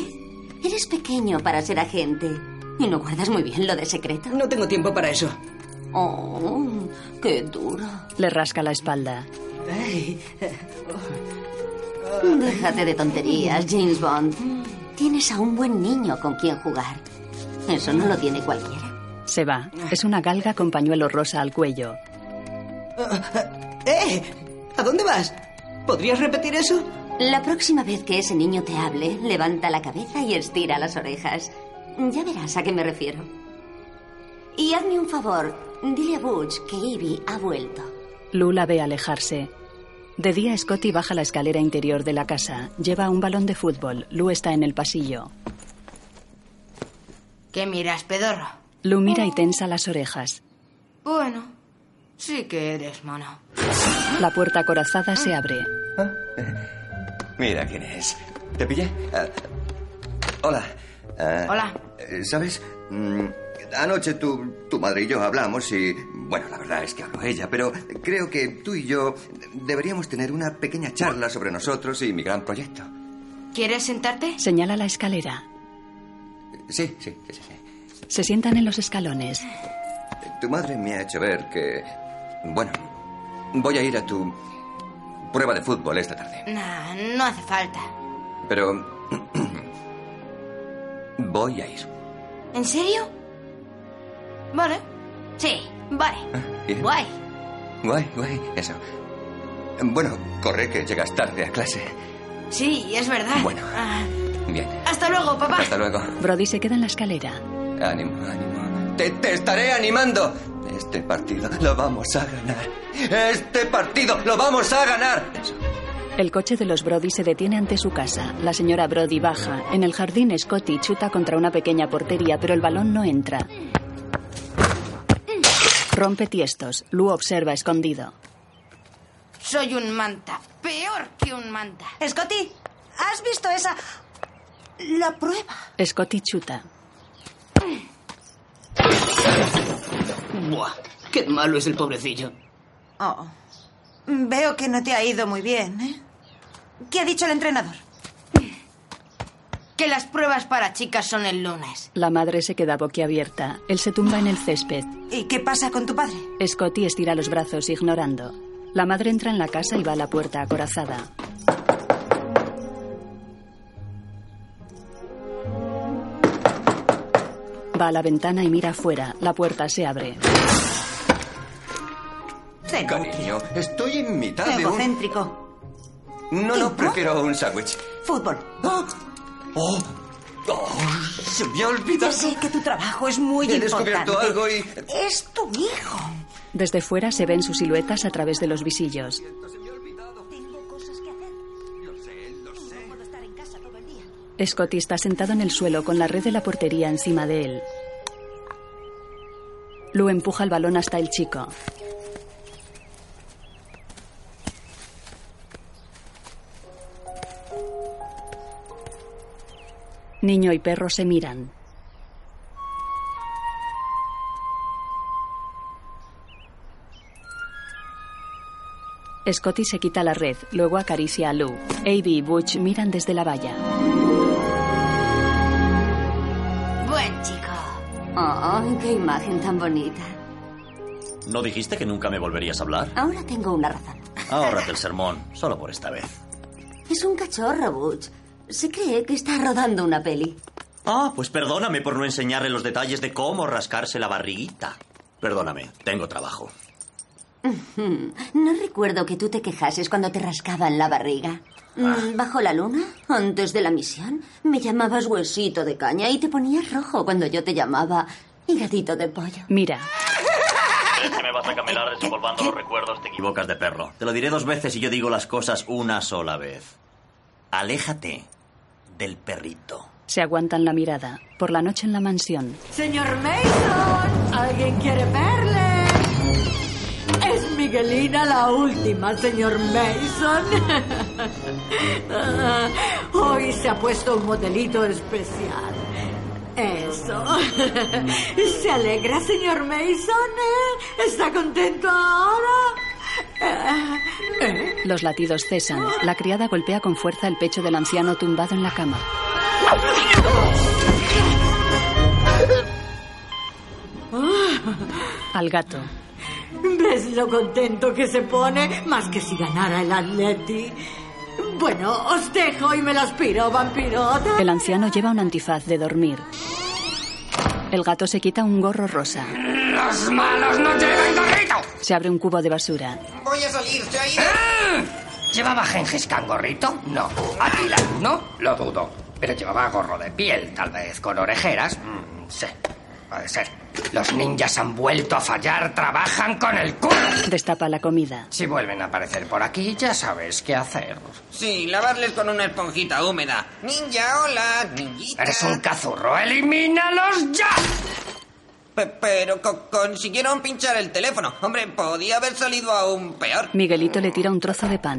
Speaker 19: Eres pequeño para ser agente. Y no guardas muy bien lo de secreto.
Speaker 11: No tengo tiempo para eso.
Speaker 19: Oh, qué duro.
Speaker 2: Le rasca la espalda.
Speaker 19: Déjate de tonterías, James Bond. Tienes a un buen niño con quien jugar. Eso no lo tiene cualquiera.
Speaker 2: Se va. Es una galga con pañuelo rosa al cuello.
Speaker 11: ¡Eh! ¿A dónde vas? ¿Podrías repetir eso?
Speaker 19: La próxima vez que ese niño te hable, levanta la cabeza y estira las orejas. Ya verás a qué me refiero. Y hazme un favor, dile a Butch que Ivy ha vuelto.
Speaker 2: Lula ve alejarse. De día, Scotty baja la escalera interior de la casa. Lleva un balón de fútbol. Lou está en el pasillo.
Speaker 4: ¿Qué miras, pedorro?
Speaker 2: Lou mira y tensa las orejas.
Speaker 4: Bueno, sí que eres mono.
Speaker 2: La puerta acorazada se abre.
Speaker 6: Mira quién es. ¿Te pillé? Ah, hola. Ah,
Speaker 4: Hola.
Speaker 6: eh, ¿Sabes? Mm, Anoche tu, tu madre y yo hablamos y... Bueno, la verdad es que habló ella, pero creo que tú y yo deberíamos tener una pequeña charla sobre nosotros y mi gran proyecto.
Speaker 4: ¿Quieres sentarte?
Speaker 2: Señala la escalera.
Speaker 6: Sí, sí, sí, sí, sí.
Speaker 2: Se sientan en los escalones.
Speaker 6: Tu madre me ha hecho ver que... Bueno, voy a ir a tu prueba de fútbol esta tarde.
Speaker 4: Nah, no hace falta.
Speaker 6: Pero... Voy a ir.
Speaker 4: ¿En serio? Vale. Sí, vale.
Speaker 6: Bien.
Speaker 4: Guay.
Speaker 6: ¿Eh? Guay, guay, eso. Bueno, corre que llegas tarde a clase.
Speaker 4: Sí, es verdad.
Speaker 6: Bueno.
Speaker 4: Ah,
Speaker 6: Bien.
Speaker 4: hasta luego, papá.
Speaker 6: Hasta luego.
Speaker 2: Brody se queda en la escalera.
Speaker 6: Ánimo, ánimo. Te, te estaré animando. Este partido lo vamos a ganar. Este partido lo vamos a ganar. Eso.
Speaker 2: El coche de los Brody se detiene ante su casa. La señora Brody baja. En el jardín, Scotty chuta contra una pequeña portería, pero el balón no entra. Rompe tiestos. Lou observa escondido.
Speaker 4: Soy un manta. Peor que un manta.
Speaker 19: Scotty, ¿has visto esa... la prueba?
Speaker 2: Scotty chuta.
Speaker 11: Buah, qué malo es el pobrecillo.
Speaker 12: Oh. Veo que no te ha ido muy bien, ¿eh? ¿Qué ha dicho el entrenador?
Speaker 4: Que las pruebas para chicas son el lunes.
Speaker 2: La madre se queda boquiabierta. Él se tumba en el césped.
Speaker 12: ¿Y qué pasa con tu padre?
Speaker 2: Scotty estira los brazos, ignorando. La madre entra en la casa y va a la puerta acorazada. Va a la ventana y mira afuera. La puerta se abre.
Speaker 6: Cariño, estoy en mitad de un...
Speaker 12: Egocéntrico.
Speaker 6: No, no, prefiero un sándwich.
Speaker 12: Fútbol.
Speaker 6: Oh, oh, se me ha olvidado.
Speaker 12: Ya sé que tu trabajo es muy
Speaker 6: He
Speaker 12: importante.
Speaker 6: descubierto algo y...
Speaker 12: Es tu hijo.
Speaker 2: Desde fuera se ven sus siluetas a través de los visillos. Scotty está sentado en el suelo con la red de la portería encima de él. Lou empuja el balón hasta el chico. Niño y perro se miran. Scotty se quita la red, luego acaricia a Lou. Abe y Butch miran desde la valla.
Speaker 4: Buen chico.
Speaker 19: Oh, qué imagen tan bonita.
Speaker 7: ¿No dijiste que nunca me volverías a hablar?
Speaker 19: Ahora tengo una razón.
Speaker 7: Ahórrate el sermón, solo por esta vez.
Speaker 19: Es un cachorro, Butch. Se cree que está rodando una peli.
Speaker 7: Ah, pues perdóname por no enseñarle los detalles de cómo rascarse la barriguita. Perdóname, tengo trabajo.
Speaker 19: Ujú. No recuerdo que tú te quejases cuando te rascaban la barriga. Mm, ¿Bajo la luna? ¿Antes de la misión? Me llamabas huesito de caña y te ponías rojo cuando yo te llamaba higadito de pollo.
Speaker 2: Mira.
Speaker 7: ¿Crees que me vas a camelar desempolvando los recuerdos? Te equivocas de perro. Te lo diré dos veces y yo digo las cosas una sola vez. Aléjate del perrito.
Speaker 2: Se aguantan la mirada. Por la noche en la mansión.
Speaker 18: Señor Mason, ¿alguien quiere verle? Es Miguelina la última, señor Mason. Ah, Hoy se ha puesto un modelito especial. Eso. ¿Se alegra, señor Mason? eh? ¿Está contento ahora? ¿Eh?
Speaker 2: Los latidos cesan. La criada golpea con fuerza el pecho del anciano tumbado en la cama. Al gato.
Speaker 18: ¿Ves lo contento que se pone? Más que si ganara el Atleti. Bueno, os dejo y me las piro, vampiro.
Speaker 2: El anciano lleva un antifaz de dormir. El gato se quita un gorro rosa.
Speaker 13: ¡Los malos no llevan gorrito!
Speaker 2: Se abre un cubo de basura.
Speaker 13: Voy a salir, se ha ido. ¡Ah! ¿Llevaba Gengis Khan gorrito? No. ¿Atila? No, lo dudo. Pero llevaba gorro de piel, tal vez, con orejeras. Mm, sí, puede ser. Los ninjas han vuelto a fallar, trabajan con el culo.
Speaker 2: Destapa la comida.
Speaker 13: Si vuelven a aparecer por aquí, ya sabes qué hacer.
Speaker 20: Sí, lavarles con una esponjita húmeda. Ninja, hola, ninjita.
Speaker 13: Eres un cazurro, elimínalos ya.
Speaker 20: Pe- pero co- consiguieron pinchar el teléfono. Hombre, podía haber salido aún peor.
Speaker 2: Miguelito le tira un trozo de pan.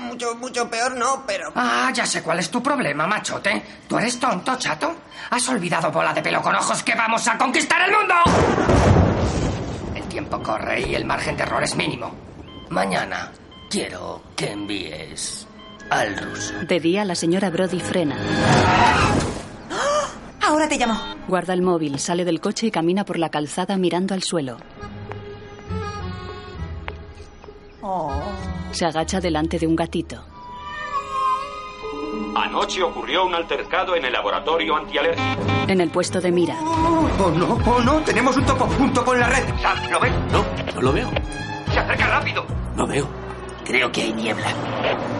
Speaker 20: Mucho, mucho peor no, pero...
Speaker 13: Ah, ya sé cuál es tu problema, machote. ¿Tú eres tonto, chato? ¿Has olvidado, bola de pelo con ojos, que vamos a conquistar el mundo? El tiempo corre y el margen de error es mínimo. Mañana quiero que envíes al ruso.
Speaker 2: De día, la señora Brody frena.
Speaker 14: ¡Ah!
Speaker 21: Ahora te llamo.
Speaker 2: Guarda el móvil, sale del coche y camina por la calzada mirando al suelo.
Speaker 14: Oh.
Speaker 2: Se agacha delante de un gatito.
Speaker 15: Anoche ocurrió un altercado en el laboratorio antialérgico.
Speaker 2: En el puesto de mira.
Speaker 14: Oh, no, oh, no, tenemos un topo, un topo en la red. Sam, ¿Lo ves? No, no lo veo. Se acerca rápido. No veo. Creo que hay niebla.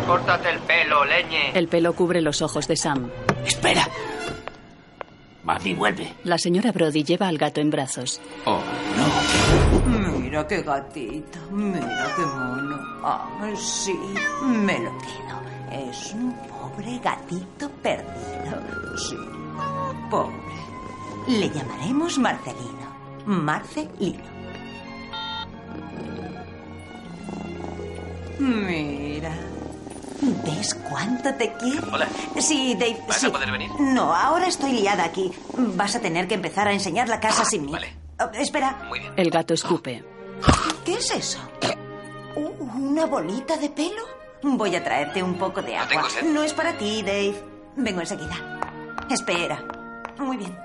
Speaker 20: Córtate el pelo, leñe.
Speaker 2: El pelo cubre los ojos de Sam.
Speaker 20: Espera.
Speaker 15: Maddy vuelve.
Speaker 2: La señora Brody lleva al gato en brazos.
Speaker 15: Oh.
Speaker 4: Mira qué gatito, mira qué mono. Ah, sí, me lo quedo. Es un pobre gatito perdido. Sí, pobre. Le llamaremos Marcelino. Marcelino. Mira. ¿Ves cuánto te quiere?
Speaker 7: Hola.
Speaker 4: Sí, Dave.
Speaker 7: ¿Vas
Speaker 4: sí.
Speaker 7: a poder venir?
Speaker 4: No, ahora estoy liada aquí. Vas a tener que empezar a enseñar la casa sin mí. Oh, espera.
Speaker 2: El gato escupe.
Speaker 4: ¿Qué es eso? Uh, ¿Una bolita de pelo? Voy a traerte un poco de agua.
Speaker 20: tengo sed.
Speaker 4: No es para ti, Dave. Vengo enseguida. Espera. Muy bien.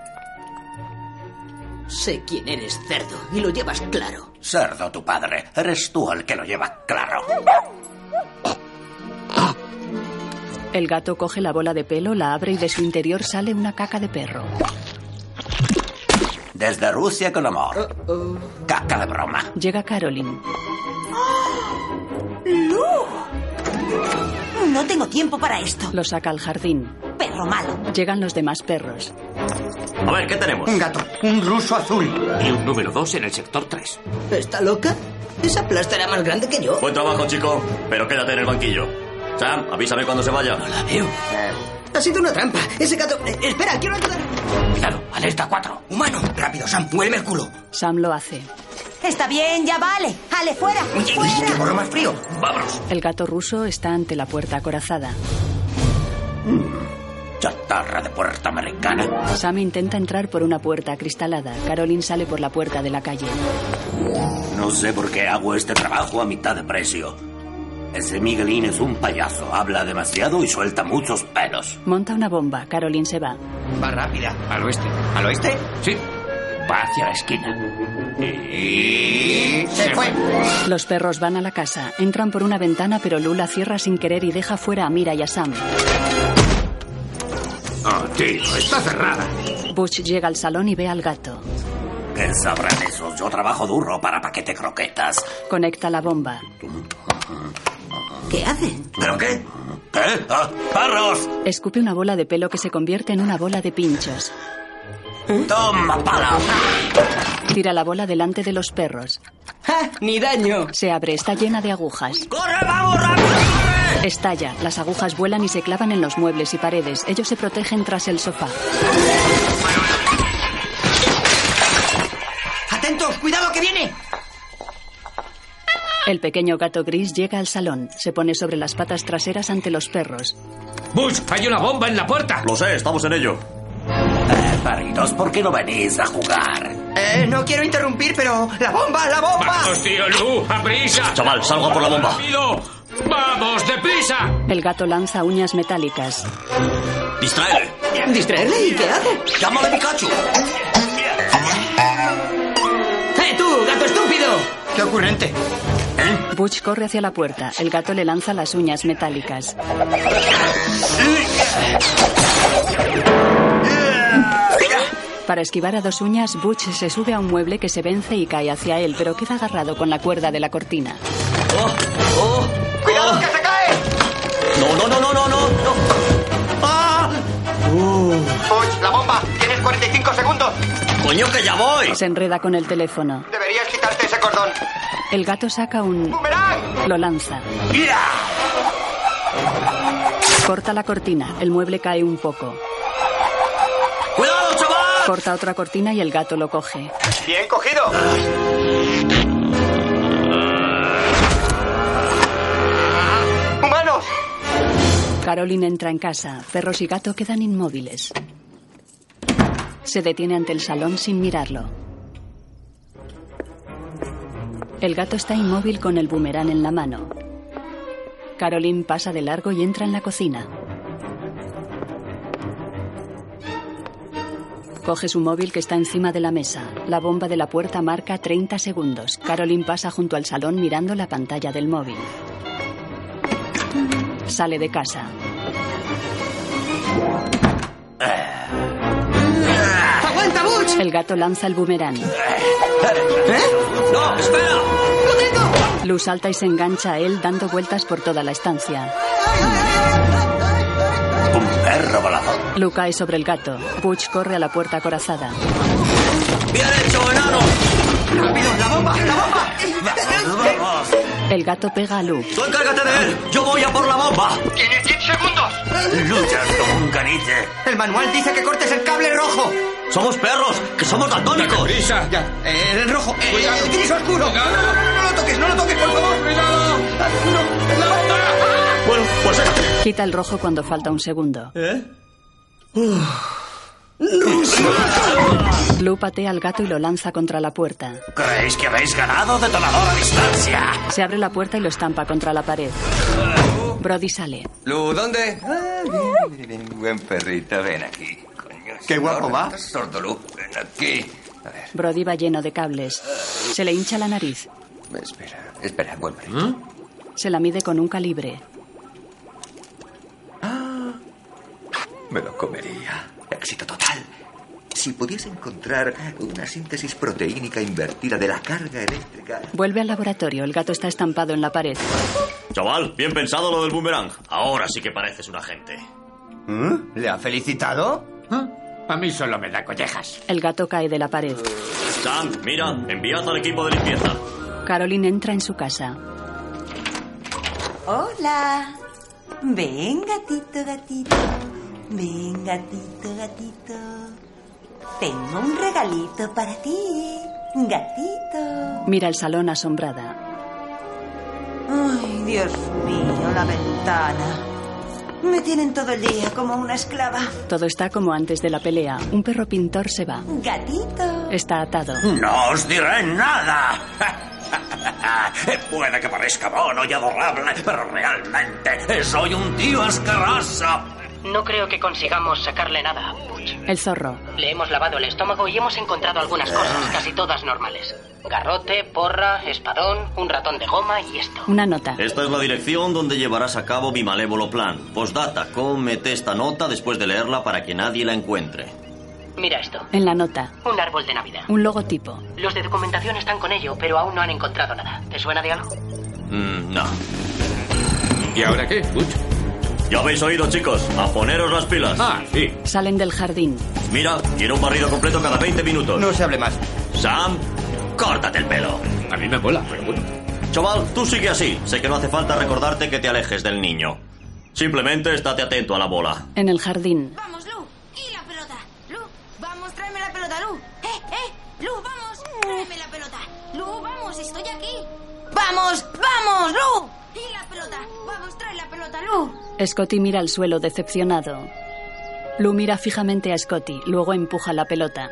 Speaker 11: Sé quién eres, cerdo, y lo llevas claro.
Speaker 1: Cerdo, tu padre. Eres tú el que lo lleva claro.
Speaker 2: El gato coge la bola de pelo, la abre y de su interior sale una caca de perro.
Speaker 1: Desde Rusia con amor.
Speaker 2: Uh,
Speaker 1: Caca de broma.
Speaker 2: Llega Caroline.
Speaker 4: ¡Oh! ¡Lu! No tengo tiempo para esto.
Speaker 2: Lo saca al jardín.
Speaker 4: Perro malo.
Speaker 2: Llegan los demás perros.
Speaker 7: A ver, ¿qué tenemos?
Speaker 14: Un gato, un ruso azul.
Speaker 15: Y un número 2 en el sector 3.
Speaker 11: ¿Está loca? Esa plasta era más grande que yo.
Speaker 7: Buen trabajo, chico, pero quédate en el banquillo. Sam, avísame cuando se vaya. No la veo.
Speaker 11: Ha sido una trampa. Ese gato... eh, espera, quiero ayudar.
Speaker 13: Cuidado, alerta 4. Humano. Rápido, Sam, huele el culo.
Speaker 2: Sam lo hace.
Speaker 4: Está bien, ya vale. Ale, fuera.
Speaker 13: Te
Speaker 4: fuera.
Speaker 13: corro más frío.
Speaker 15: Vámonos.
Speaker 2: El gato ruso está ante la puerta acorazada.
Speaker 1: Chatarra de puerta americana.
Speaker 2: Sam intenta entrar por una puerta acristalada. Caroline sale por la puerta de la calle.
Speaker 1: No sé por qué hago este trabajo a mitad de precio. Ese Miguelín es un payaso. Habla demasiado y suelta muchos pelos.
Speaker 2: Monta una bomba. Caroline se va.
Speaker 13: Va rápida.
Speaker 1: ¿Al oeste? ¿Al oeste? Sí.
Speaker 13: Va hacia la esquina. Y... Se fue.
Speaker 2: Los perros van a la casa. Entran por una ventana, pero Lula cierra sin querer y deja fuera a Mira y a Sam.
Speaker 1: Ah,
Speaker 15: Oh, tío, está cerrada.
Speaker 2: Butch llega al salón y ve al gato.
Speaker 1: ¿Qué sabrán esos? Yo trabajo duro para paquete croquetas.
Speaker 2: Conecta la bomba.
Speaker 1: ¿Qué hacen? ¿Pero qué?
Speaker 17: ¿Eh?
Speaker 1: ¿Qué? ¡Ah, ¡Perros!
Speaker 2: Escupe una bola de pelo que se convierte en una bola de pinchos.
Speaker 1: ¡Toma, pala!
Speaker 2: Tira la bola delante de los perros. ¡Ni daño! Se abre, está llena de agujas. ¡Corre, vamos, Estalla, las agujas vuelan y se clavan en los muebles y paredes. Ellos se protegen tras el sofá.
Speaker 11: ¡Atentos! ¡Cuidado que viene!
Speaker 2: El pequeño gato gris llega al salón. Se pone sobre las patas traseras ante los perros.
Speaker 12: Bush, hay una bomba en la puerta.
Speaker 7: Lo sé, estamos en ello.
Speaker 1: Eh, perritos, ¿por qué no venís a jugar?
Speaker 17: Eh, no quiero interrumpir, pero... ¡La bomba, la bomba!
Speaker 12: ¡Vamos, tío Lu! ¡A prisa!
Speaker 7: Chaval, salga por la bomba.
Speaker 12: ¡Rápido! ¡Vamos, deprisa!
Speaker 2: El gato lanza uñas metálicas.
Speaker 7: ¡Distraele!
Speaker 11: ¿Distraerle? ¿Y qué hace?
Speaker 1: ¡Llámale Pikachu!
Speaker 11: ¡Eh, tú, gato estúpido!
Speaker 14: ¡Qué ocurrente!
Speaker 2: Butch corre hacia la puerta. El gato le lanza las uñas metálicas. Para esquivar a dos uñas, Butch se sube a un mueble que se vence y cae hacia él, pero queda agarrado con la cuerda de la cortina.
Speaker 17: ¡Cuidado, que se cae!
Speaker 7: No, no, no, no, no, no. Uh.
Speaker 17: ¡Ah! Butch, la bomba. Tienes 45 segundos.
Speaker 7: ¡Coño, que ya voy!
Speaker 2: Se enreda con el teléfono.
Speaker 17: Deberías quitarte ese cordón.
Speaker 2: El gato saca un... Lo lanza. Corta la cortina. El mueble cae un poco.
Speaker 7: ¡Cuidado, chaval!
Speaker 2: Corta otra cortina y el gato lo coge.
Speaker 17: Bien cogido. ¡Humanos!
Speaker 2: Caroline entra en casa. Perros y gato quedan inmóviles. Se detiene ante el salón sin mirarlo. El gato está inmóvil con el boomerang en la mano. Caroline pasa de largo y entra en la cocina. Coge su móvil que está encima de la mesa. La bomba de la puerta marca 30 segundos. Caroline pasa junto al salón mirando la pantalla del móvil. Sale de casa.
Speaker 11: ¡Aguanta, Butch!
Speaker 2: El gato lanza el boomerang.
Speaker 12: Eh?
Speaker 7: ¡No, espera!
Speaker 2: Luz salta y se engancha a él dando vueltas por toda la estancia.
Speaker 1: ¡Un perro volador!
Speaker 2: Lu cae sobre el gato. Butch corre a la puerta acorazada.
Speaker 7: ¡Bien hecho, enano!
Speaker 17: ¡Rápido, la bomba, la bomba!
Speaker 7: ¡Vamos!
Speaker 2: El gato pega a Lu.
Speaker 7: ¡Tú encárgate de él! ¡Yo voy a por la bomba!
Speaker 17: ¡Tienes 10 segundos!
Speaker 1: Luchas como un caniche.
Speaker 17: El manual dice que cortes el cable rojo.
Speaker 7: ¡Somos perros! ¡Que somos daltónicos!
Speaker 12: ¡Prisa!
Speaker 17: Ya, eh, el rojo, eh, el gris oscuro. No, no, no, no lo toques, no lo toques, por favor. ¡Cuidado! No, la bomba.
Speaker 7: Bueno, pues échate.
Speaker 2: Quita el rojo cuando falta un segundo.
Speaker 7: ¿Eh?
Speaker 2: Lu patea al gato y lo lanza contra la puerta.
Speaker 1: ¿Creéis que habéis ganado detonador a distancia?
Speaker 2: Se abre la puerta y lo estampa contra la pared. Brody sale.
Speaker 6: Lu, ¿dónde? Ah, bien, bien, bien, buen perrito, ven aquí. Coño,
Speaker 14: Qué guapo va.
Speaker 6: Estás sordo, Lu. Ven aquí. A ver,
Speaker 2: Brody va lleno de cables. Se le hincha la nariz.
Speaker 6: espera, espera, buen perrito.
Speaker 2: Se la mide con un calibre.
Speaker 6: Me lo comería. Éxito total. Si pudiese encontrar una síntesis proteínica invertida de la carga eléctrica.
Speaker 2: Vuelve al laboratorio. El gato está estampado en la pared.
Speaker 7: Chaval, bien pensado lo del boomerang. Ahora sí que pareces un agente.
Speaker 14: ¿Le ha felicitado?
Speaker 12: A mí solo me da collejas.
Speaker 2: El gato cae de la pared.
Speaker 7: Sam, mira, enviad al equipo de limpieza.
Speaker 2: Caroline entra en su casa.
Speaker 4: Hola. Ven, gatito, gatito. Ven, gatito, gatito. Tengo un regalito para ti, gatito.
Speaker 2: Mira el salón asombrada.
Speaker 4: Ay, Dios mío, la ventana. Me tienen todo el día como una esclava.
Speaker 2: Todo está como antes de la pelea. Un perro pintor se va.
Speaker 4: Gatito.
Speaker 2: Está atado.
Speaker 1: No os diré nada. Puede que parezca mono y adorable, pero realmente soy un tío asqueroso.
Speaker 5: No creo que consigamos sacarle nada a Butch.
Speaker 2: El zorro.
Speaker 5: Le hemos lavado el estómago y hemos encontrado algunas cosas, casi todas normales. Garrote, porra, espadón, un ratón de goma y esto.
Speaker 2: Una nota.
Speaker 7: Esta es la dirección donde llevarás a cabo mi malévolo plan. Postdata, cómete esta nota después de leerla para que nadie la encuentre.
Speaker 12: Mira esto.
Speaker 2: En la nota,
Speaker 12: Un árbol de Navidad.
Speaker 2: un logotipo.
Speaker 12: Los de documentación están con ello, pero aún no han encontrado nada. ¿Te suena de algo?
Speaker 7: Mm, no.
Speaker 22: ¿Y ahora qué?
Speaker 7: Ya habéis oído, chicos. A poneros las pilas. Ah, sí.
Speaker 2: Salen del jardín.
Speaker 7: Mira, quiero un barrido completo cada 20 minutos. No
Speaker 23: se hable más.
Speaker 7: Sam, córtate el pelo. A mí me mola, pero bueno. Chaval, tú sigue así. Sé que no hace falta recordarte que te alejes del niño. Simplemente estate atento a la bola.
Speaker 2: En el jardín.
Speaker 4: Vamos, Lu. Y la pelota. Lu, vamos, tráeme la pelota, Lu. Eh, eh. Lu, vamos. Tráeme la pelota. Lu, vamos, estoy aquí.
Speaker 24: ¡Vamos! ¡Vamos, Lu!
Speaker 4: Y la pelota. Vamos, trae la pelota, Lu.
Speaker 2: Scotty mira al suelo decepcionado. Lou mira fijamente a Scotty, luego empuja la pelota.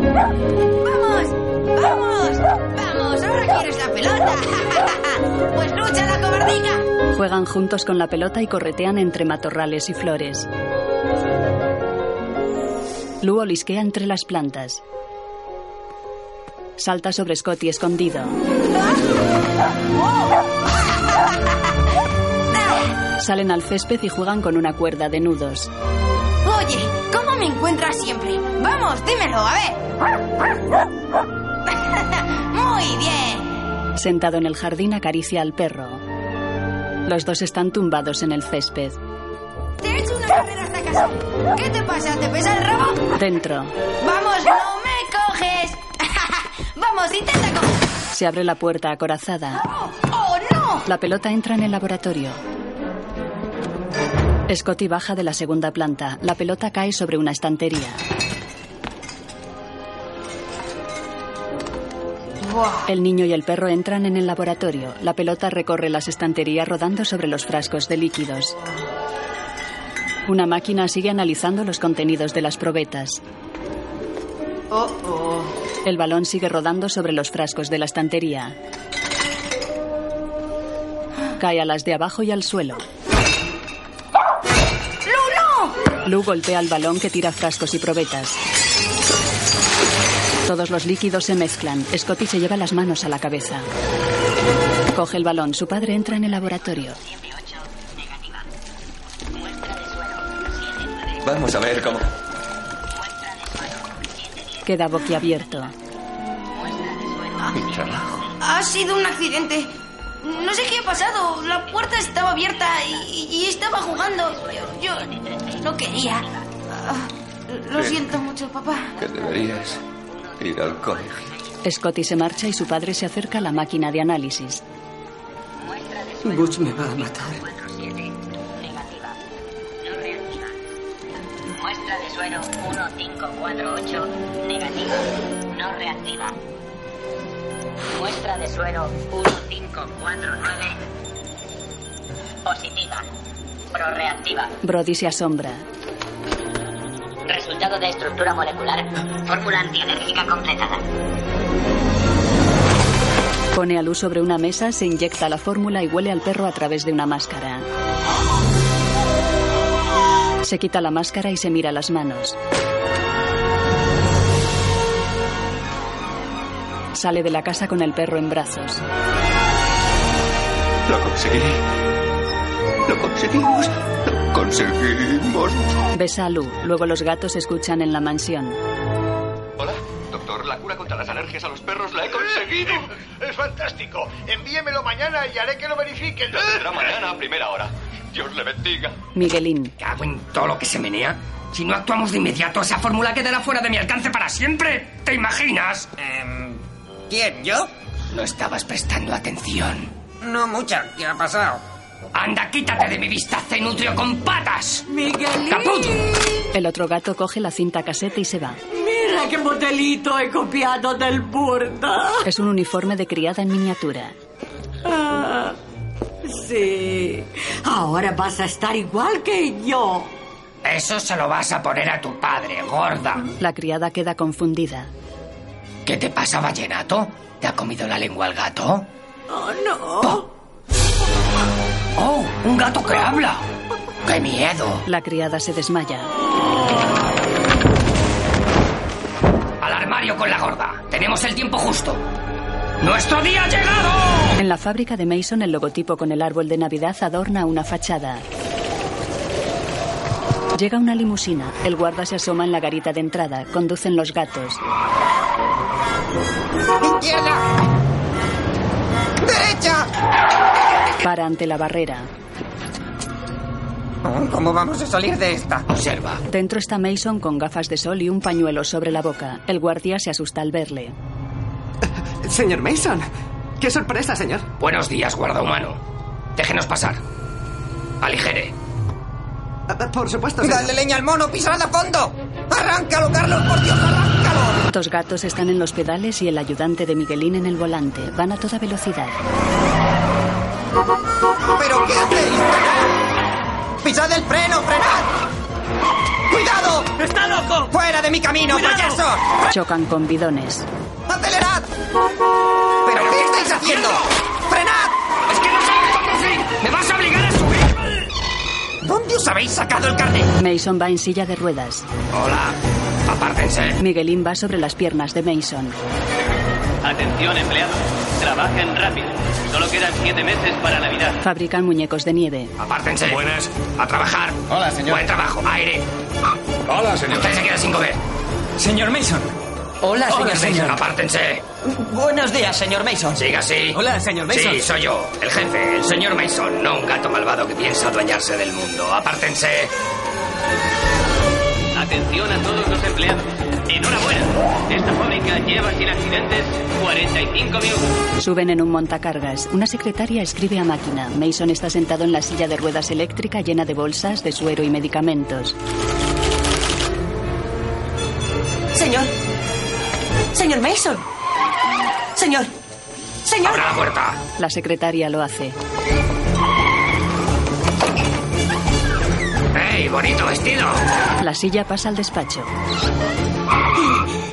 Speaker 4: ¡Vamos! ¡Vamos! ¡Vamos! ¡Ahora quieres la pelota! ¡Pues lucha la cobardica!
Speaker 2: Juegan juntos con la pelota y corretean entre matorrales y flores. Lou olisquea entre las plantas. Salta sobre Scotty escondido. Salen al césped y juegan con una cuerda de nudos.
Speaker 4: Oye, ¿cómo me encuentras siempre? Vamos, dímelo, a ver. Muy bien.
Speaker 2: Sentado en el jardín acaricia al perro. Los dos están tumbados en el césped.
Speaker 4: Te he hecho una carrera hasta casa. ¿Qué te pasa? ¿Te pesa el rabo?
Speaker 2: Dentro,
Speaker 4: Vamos, no me coges. Vamos, intenta coger.
Speaker 2: se abre la puerta acorazada.
Speaker 4: ¡Oh, no!
Speaker 2: La pelota entra en el laboratorio. Scotty baja de la segunda planta. La pelota cae sobre una estantería. El niño y el perro entran en el laboratorio. La pelota recorre las estanterías rodando sobre los frascos de líquidos. Una máquina sigue analizando los contenidos de las probetas.
Speaker 18: Oh, oh.
Speaker 2: El balón sigue rodando sobre los frascos de la estantería. Cae a las de abajo y al suelo. Lou golpea el balón que tira frascos y probetas. Todos los líquidos se mezclan. Scotty se lleva las manos a la cabeza. Coge el balón. Su padre entra en el laboratorio.
Speaker 6: Vamos a ver cómo.
Speaker 2: Queda boquiabierto.
Speaker 4: Ha sido un accidente. No sé qué ha pasado. La puerta estaba abierta y, y estaba jugando. Yo, yo no quería. Ah, Lo
Speaker 6: Sí.
Speaker 4: siento mucho, papá.
Speaker 6: Que deberías ir al colegio.
Speaker 2: Scotty se marcha y su padre se acerca a la máquina de análisis.
Speaker 17: Butch me va a matar.
Speaker 12: Muestra de suero 1548 negativa, no reactiva. Muestra de suero 1549 positiva, proreactiva.
Speaker 2: Brody se asombra.
Speaker 12: Resultado de estructura molecular, fórmula antialérgica completada.
Speaker 2: Pone a Lou sobre una mesa, se inyecta la fórmula y huele al perro a través de una máscara. Se quita la máscara y se mira las manos. Sale de la casa con el perro en brazos.
Speaker 6: Lo conseguí. Lo conseguimos. Lo conseguimos.
Speaker 2: Besa a Lou, luego los gatos escuchan en la mansión.
Speaker 6: Hola, doctor. La cura contra las alergias a los perros la he
Speaker 8: conseguido. Es fantástico. Envíemelo mañana y haré que lo verifiquen.
Speaker 6: Lo tendrá mañana a primera hora. Dios le bendiga.
Speaker 2: Miguelín.
Speaker 13: Cago en todo lo que se menea. Si no actuamos de inmediato, esa fórmula quedará fuera de mi alcance para siempre. ¿Te imaginas?
Speaker 17: Em, ¿Quién, yo?
Speaker 13: No estabas prestando atención.
Speaker 17: No mucha. ¿Qué ha pasado?
Speaker 13: Anda, quítate de mi vista, cenutrio con patas.
Speaker 18: Miguelín.
Speaker 13: ¡Caputo!
Speaker 2: El otro gato coge la cinta casete y se va.
Speaker 18: Mira qué modelito he copiado del burda.
Speaker 2: Es un uniforme de criada en miniatura.
Speaker 18: Ah, sí. Ahora vas a estar igual que yo.
Speaker 13: Eso se lo vas a poner a tu padre, gorda.
Speaker 2: La criada queda confundida.
Speaker 13: ¿Qué te pasa, vallenato? ¿Te ha comido la lengua el gato?
Speaker 18: Oh, no.
Speaker 13: ¡Oh! ¡Un gato que habla! ¡Qué miedo!
Speaker 2: La criada se desmaya.
Speaker 13: Al armario con la gorda. Tenemos el tiempo justo. ¡Nuestro día ha llegado!
Speaker 2: En la fábrica de Mason, el logotipo con el árbol de Navidad adorna una fachada. Llega una limusina. El guarda se asoma en la garita de entrada. Conducen los gatos.
Speaker 5: ¡Izquierda!
Speaker 2: ¡Derecha! Para ante la barrera.
Speaker 25: Ah,
Speaker 17: ¿Cómo vamos a salir de esta?
Speaker 2: Observa. Dentro está Mason con gafas de sol y un pañuelo sobre la boca. El guardia se asusta al verle.
Speaker 25: Señor Mason, qué sorpresa, señor.
Speaker 13: Buenos días, guarda humano. Déjenos pasar. Aligere.
Speaker 25: Por supuesto,
Speaker 17: Dale leña al mono, pisad a fondo. Arráncalo, Carlos, por Dios, arráncalo.
Speaker 2: Dos gatos están en los pedales y el ayudante de Miguelín en el volante. Van a toda velocidad.
Speaker 17: ¿Pero qué hacéis? ¡Pisad el freno, frenad! ¡Cuidado! ¡Está loco! ¡Fuera de mi camino, payaso!
Speaker 2: Chocan con bidones.
Speaker 17: ¡Acelerad! ¿Pero qué estáis haciendo? ¡Frenad! ¡Es que no sabes conducir! ¡Me vas a obligar a subir! ¿Dónde os habéis sacado el carnet?
Speaker 2: Mason va en silla de ruedas.
Speaker 13: Hola. Apártense.
Speaker 2: Miguelín va sobre las piernas de Mason.
Speaker 26: Atención, empleados. Trabajen rápido. Solo quedan siete meses para Navidad.
Speaker 2: Fabrican muñecos de nieve.
Speaker 13: Apártense. Buenas. A trabajar.
Speaker 26: Hola, señor.
Speaker 13: Buen trabajo. Aire. Hola, señor. Usted se queda sin comer.
Speaker 12: Señor Mason. Hola, señor
Speaker 13: señor.
Speaker 12: Mason.
Speaker 13: Apártense.
Speaker 12: Buenos días, señor Mason.
Speaker 13: Siga así.
Speaker 12: Hola, señor Mason.
Speaker 13: Sí, soy yo, el jefe, el señor Mason, no un gato malvado que piensa adueñarse del mundo. Apártense.
Speaker 26: Atención a todos los empleados. Enhorabuena. Esta fábrica lleva sin accidentes 45 minutos.
Speaker 2: Suben en un montacargas. Una secretaria escribe a máquina. Mason está sentado en la silla de ruedas eléctrica llena de bolsas, de suero y medicamentos.
Speaker 27: Señor. Señor Mason. Señor. Señor.
Speaker 13: Abra la puerta.
Speaker 2: La secretaria lo hace.
Speaker 13: ¡Ey, bonito vestido!
Speaker 2: La silla pasa al despacho.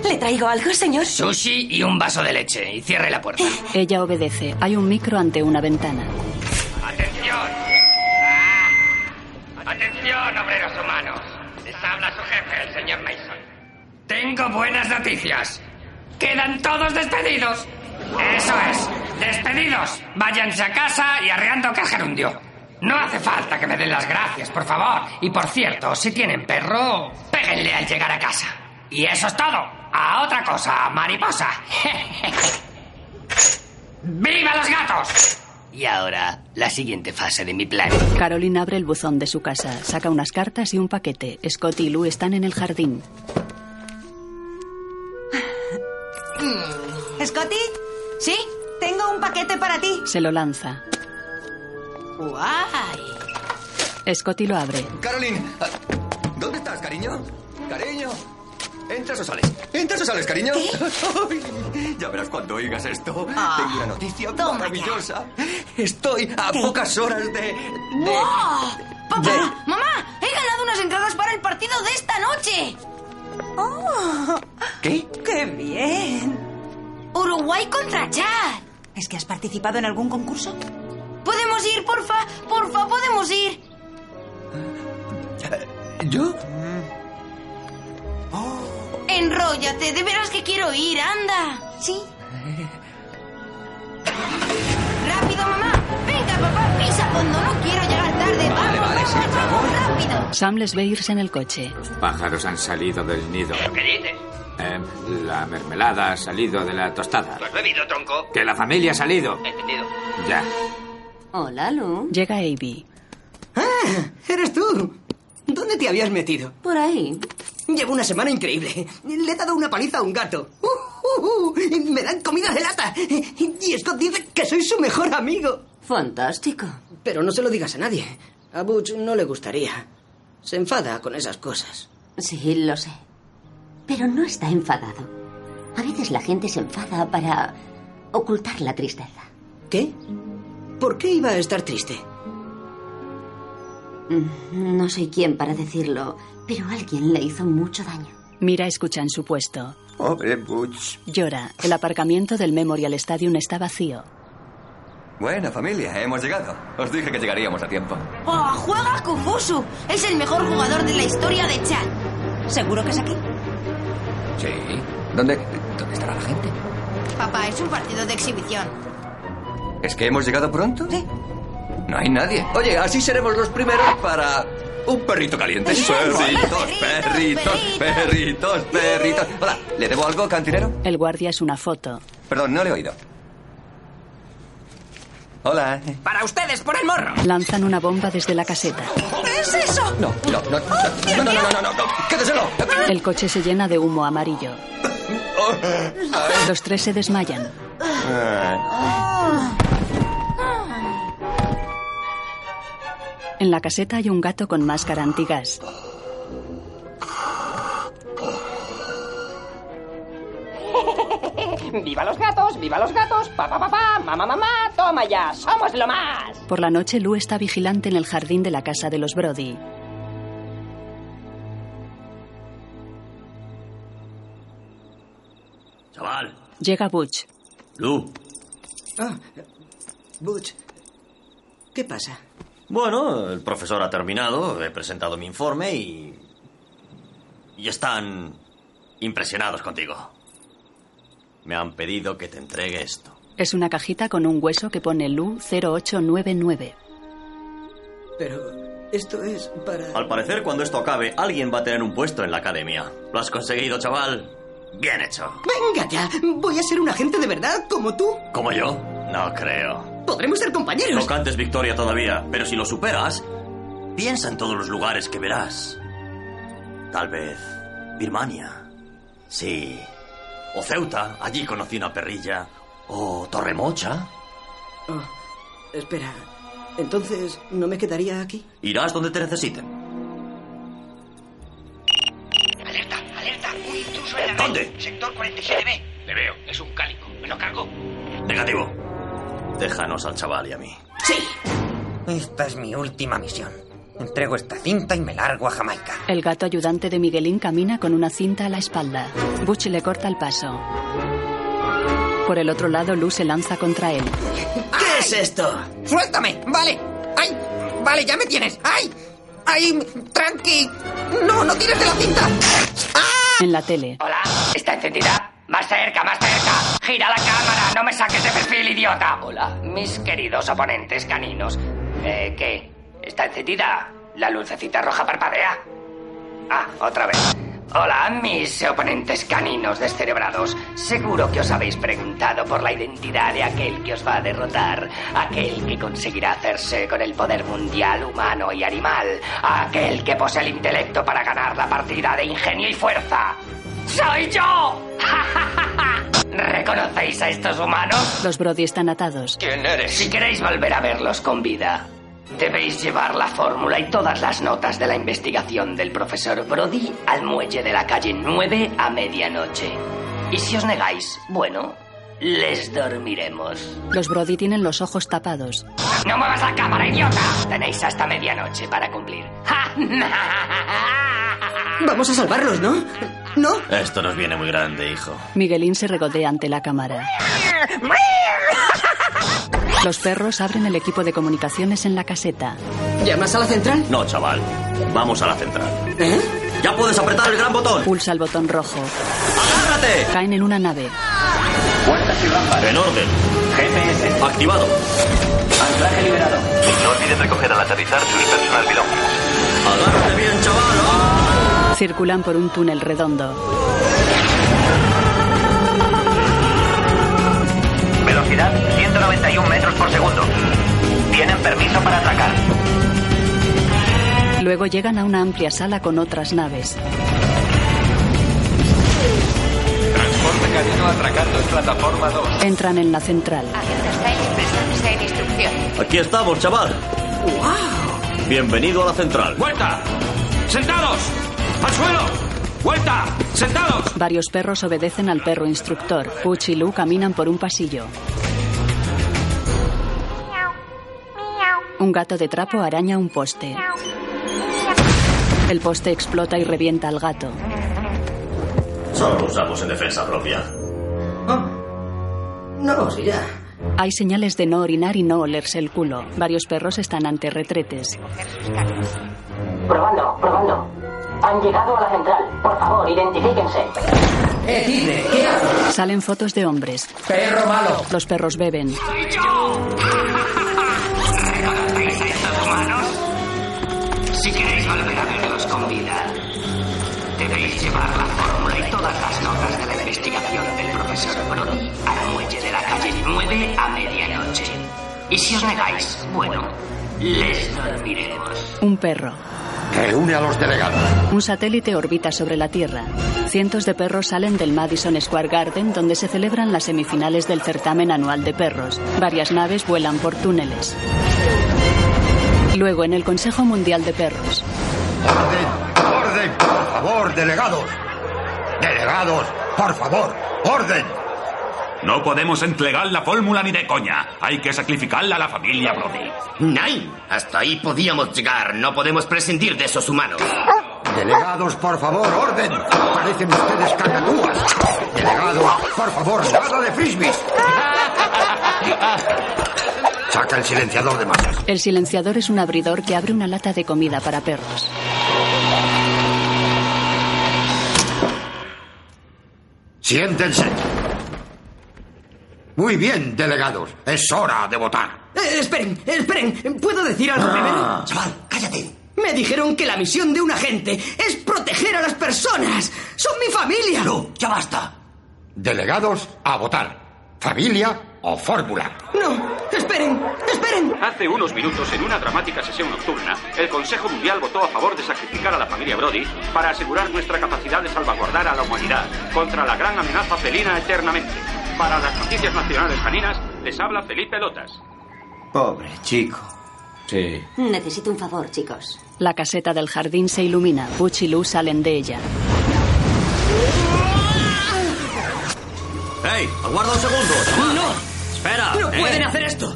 Speaker 27: ¿Le traigo algo, señor? Eh.
Speaker 13: Sushi y un vaso de leche. Y cierre la puerta.
Speaker 2: Ella obedece. Hay un micro ante una ventana.
Speaker 13: ¡Atención! ¡Ah! ¡Atención, obreros humanos! Les habla su jefe, el señor Mason. Tengo buenas noticias. ¡Quedan todos despedidos! ¡Eso es! ¡Despedidos! Váyanse a casa y arreando que gerundio. No hace falta que me den las gracias, por favor. Y por cierto, si tienen perro, péguenle al llegar a casa. Y eso es todo. A otra cosa, mariposa. ¡Viva los gatos! Y ahora, la siguiente fase de mi plan.
Speaker 2: Caroline abre el buzón de su casa, saca unas cartas y un paquete. Scott y Lou están en el jardín.
Speaker 28: ¿Scotty? ¿Sí? Tengo un paquete para ti.
Speaker 2: Se lo lanza.
Speaker 28: ¡Guay!
Speaker 2: Scotty lo abre.
Speaker 6: Caroline, ah, ¿dónde estás, cariño? Cariño. ¿Entras o sales? ¿Entras o sales, cariño? Ya verás cuando oigas esto.
Speaker 5: Ah,
Speaker 6: Tengo una noticia
Speaker 5: toma ya.
Speaker 6: maravillosa. Estoy a pocas horas de... de-
Speaker 4: ¡Buah! ¡Papá!
Speaker 6: de-
Speaker 4: ¡Mamá! ¡He ganado unas entradas para el partido de esta noche! ¡Oh!
Speaker 6: ¿Qué?
Speaker 4: ¡Qué bien! Uruguay contra Chad.
Speaker 28: ¿Es que has participado en algún concurso?
Speaker 4: ¿Podemos ir, porfa? ¡Porfa, podemos ir!
Speaker 6: ¿Yo?
Speaker 4: Enróllate, de veras que quiero ir, anda. Sí. ¡Rápido, mamá! ¡Venga, papá, pisa fondo! ¡No quiero llegar tarde! ¡Vamos, vamos, vamos, rápido!
Speaker 2: Sam les ve irse en el coche.
Speaker 8: Pájaros han salido del nido.
Speaker 26: ¿Qué dices?
Speaker 8: Eh, la mermelada ha salido de la tostada.
Speaker 26: ¿Lo has bebido, tronco?
Speaker 8: Que la familia ha salido.
Speaker 26: Entendido.
Speaker 8: Ya.
Speaker 19: Hola, Lu.
Speaker 2: Llega Amy.
Speaker 11: Ah, Eres tú. ¿Dónde te habías metido?
Speaker 19: Por ahí.
Speaker 11: Llevo una semana increíble. Le he dado una paliza a un gato. ¡Uh, uh, uh! Y me dan comida de lata. Y Scott dice que soy su mejor amigo.
Speaker 19: Fantástico.
Speaker 11: Pero no se lo digas a nadie. A Butch no le gustaría. Se enfada con esas cosas.
Speaker 19: Sí, lo sé. Pero no está enfadado. A veces la gente se enfada para ocultar la tristeza.
Speaker 11: ¿Qué? ¿Por qué iba a estar triste?
Speaker 19: Mm, No soy quien para decirlo, pero alguien le hizo mucho daño.
Speaker 2: Mira, escucha en su puesto.
Speaker 6: Pobre Butch.
Speaker 2: Llora. El aparcamiento del Memorial Stadium está vacío.
Speaker 6: Buena familia, hemos llegado. Os dije que llegaríamos a tiempo.
Speaker 4: ¡Oh, juega Kufusu! Es el mejor jugador de la historia de Chad. ¿Seguro que es aquí?
Speaker 6: Sí. ¿Dónde, ¿Dónde estará la gente?
Speaker 4: Papá, es un partido de exhibición.
Speaker 6: ¿Es que hemos llegado pronto? Sí. No hay nadie. Oye, así seremos los primeros para... Un perrito caliente.
Speaker 17: Sí,
Speaker 6: Perritos,
Speaker 17: sí.
Speaker 6: perritos, perritos, perritos. Hola, ¿le debo algo, cantinero?
Speaker 2: El guardia es una foto.
Speaker 6: Perdón, no le he oído. Hola.
Speaker 2: Para ustedes, por el morro. Lanzan una bomba desde la caseta.
Speaker 17: ¿Qué es eso?
Speaker 6: No, no, no, no, no, no, no, no, no, no, quédeselo.
Speaker 2: El coche se llena de humo amarillo. Los tres se desmayan.
Speaker 6: Eh,
Speaker 2: En la caseta hay un gato con máscara antigas.
Speaker 10: ¡Viva los gatos! ¡Viva los gatos! ¡Papá, papá! ¡Mamá, mamá! ¡Toma ya! ¡Somos lo más!
Speaker 2: Por la noche, Lou está vigilante en el jardín de la casa de los Brody.
Speaker 7: Chaval,
Speaker 2: Llega Butch.
Speaker 7: Lu.
Speaker 11: Ah, Butch, ¿qué pasa?
Speaker 7: Bueno, el profesor ha terminado, he presentado mi informe y. Y están impresionados contigo. Me han pedido que te entregue esto.
Speaker 2: Es una cajita con un hueso que pone Lou 0899.
Speaker 11: Pero esto es para...
Speaker 7: Al parecer, cuando esto acabe, alguien va a tener un puesto en la academia. Lo has conseguido, chaval. Bien hecho.
Speaker 11: Venga ya, voy a ser un agente de verdad como tú.
Speaker 7: ¿Como yo? No creo.
Speaker 11: Podremos ser compañeros.
Speaker 7: No cantes victoria todavía, pero si lo superas, piensa en todos los lugares que verás. Tal vez Birmania. Sí. O Ceuta, allí conocí una perrilla. O Torremocha.
Speaker 11: Oh, espera, entonces no me quedaría aquí.
Speaker 7: Irás donde te necesiten. ¿Dónde?
Speaker 29: Sector 47B.
Speaker 7: Te veo, es un cálico. Me lo cargo. Negativo. Déjanos al chaval y a mí.
Speaker 30: Esta es mi última misión. Entrego esta cinta y me largo a Jamaica.
Speaker 2: El gato ayudante de Miguelín camina con una cinta a la espalda. Butch le corta el paso. Por el otro lado, Lou se lanza contra él.
Speaker 30: ¿Qué es esto?
Speaker 17: ¡Suéltame! ¡Vale! ¡Ay! ¡Vale, ya me tienes! ¡Ay! ¡Ay! ¡Tranqui! ¡No, no tires de la cinta!
Speaker 2: En la tele,
Speaker 13: Hola, ¿está encendida? Más cerca, más cerca. Gira la cámara, no me saques de perfil, idiota. Hola, mis queridos oponentes caninos. Eh, ¿qué? ¿Está encendida? ¿La lucecita roja parpadea? Ah, otra vez. Hola, mis oponentes caninos descerebrados. Seguro que os habéis preguntado por la identidad de aquel que os va a derrotar, aquel que conseguirá hacerse con el poder mundial humano y animal, aquel que posee el intelecto para ganar la partida de ingenio y fuerza. ¡Soy yo! ¿Reconocéis a estos humanos?
Speaker 2: los Brody están atados.
Speaker 13: ¿Quién eres? Si queréis volver a verlos con vida, debéis llevar la fórmula y todas las notas de la investigación del profesor Brody al muelle de la calle 9 a medianoche. Y si os negáis, bueno, les dormiremos.
Speaker 2: Los Brody tienen los ojos tapados.
Speaker 13: ¡No muevas la cámara, idiota! Tenéis hasta medianoche para cumplir.
Speaker 11: Vamos a salvarlos, ¿no? ¿No?
Speaker 7: Esto nos viene muy grande, hijo.
Speaker 2: Miguelín se regodea ante la cámara. Los perros abren el equipo de comunicaciones en la caseta.
Speaker 11: ¿Llamas a la central? ¿Eh?
Speaker 7: No, chaval. Vamos a la central. Ya puedes apretar el gran botón.
Speaker 2: Pulsa el botón rojo.
Speaker 7: ¡Agárrate!
Speaker 2: Caen en una nave.
Speaker 7: Puertas y rampas. En orden. GPS. Activado. Anclaje liberado. No olvides recoger al aterrizar sus personal bidón. Agárrate bien, chaval.
Speaker 2: Circulan por un túnel redondo.
Speaker 16: Velocidad 191 metros por segundo. Tienen permiso para atracar.
Speaker 2: Luego llegan a una amplia sala con otras naves.
Speaker 15: Transporte canino atracando en plataforma 2.
Speaker 2: Entran en la central.
Speaker 20: de instrucción.
Speaker 7: Aquí estamos, chaval. Bienvenido a la central.
Speaker 12: ¡Vuelta! ¡Sentados! ¡Al suelo! ¡Vuelta! ¡Sentados!
Speaker 2: Varios perros obedecen al perro instructor. Puch y Lu caminan por un pasillo. Un gato de trapo araña un poste. El poste explota y revienta al gato.
Speaker 7: Solo lo usamos en defensa propia.
Speaker 11: No, sí, ya.
Speaker 2: Hay señales de no orinar y no olerse el culo. Varios perros están ante retretes.
Speaker 5: Probando, probando. Han llegado a la central. Por favor, identifíquense.
Speaker 11: Eh, tigre, ¿qué haces?
Speaker 2: Salen fotos de hombres.
Speaker 11: Perro malo.
Speaker 2: Los perros beben.
Speaker 16: Si queréis volver
Speaker 13: llevar la fórmula y todas las notas de la investigación del profesor Brody al muelle de la calle 9 a medianoche. Y si os negáis, bueno, les dormiremos.
Speaker 2: Un perro.
Speaker 8: Reúne a los delegados.
Speaker 2: Un satélite orbita sobre la Tierra. Cientos de perros salen del Madison Square Garden donde se celebran las semifinales del certamen anual de perros. Varias naves vuelan por túneles. Luego en el Consejo Mundial de Perros.
Speaker 8: ¡Orden! ¡Por favor, delegados! ¡Delegados! ¡Por favor! ¡Orden!
Speaker 31: No podemos entregar la fórmula ni de coña. Hay que sacrificarla a la familia Brody.
Speaker 32: Nine, hasta ahí podíamos llegar. No podemos prescindir de esos humanos.
Speaker 8: Delegados, por favor, orden. Parecen ustedes cacatúas. Delegados, por favor, nada de frisbees. Saca el silenciador de masas.
Speaker 2: El silenciador es un abridor que abre una lata de comida para perros.
Speaker 8: Siéntense. Muy bien, delegados. Es hora de votar.
Speaker 11: Eh, esperen, esperen. ¿Puedo decir algo
Speaker 7: Ah.
Speaker 11: primero? Chaval, cállate. Me dijeron que la misión de un agente es proteger a las personas. ¡Son mi familia! No, ya basta.
Speaker 8: Delegados a votar. Familia o fórmula.
Speaker 11: No, esperen, esperen.
Speaker 33: Hace unos minutos, en una dramática sesión nocturna, el Consejo Mundial votó a favor de sacrificar a la familia Brody para asegurar nuestra capacidad de salvaguardar a la humanidad contra la gran amenaza felina eternamente. Para las noticias nacionales caninas, les habla Felipe Lotas.
Speaker 6: Pobre chico. Sí.
Speaker 19: Necesito un favor, chicos.
Speaker 2: La caseta del jardín se ilumina. Butch y Lou salen de ella.
Speaker 7: ¡Ey! ¡Aguarda un segundo! chaval.
Speaker 11: ¡No!
Speaker 7: ¡Espera!
Speaker 11: ¡No
Speaker 7: eh.
Speaker 11: pueden hacer esto!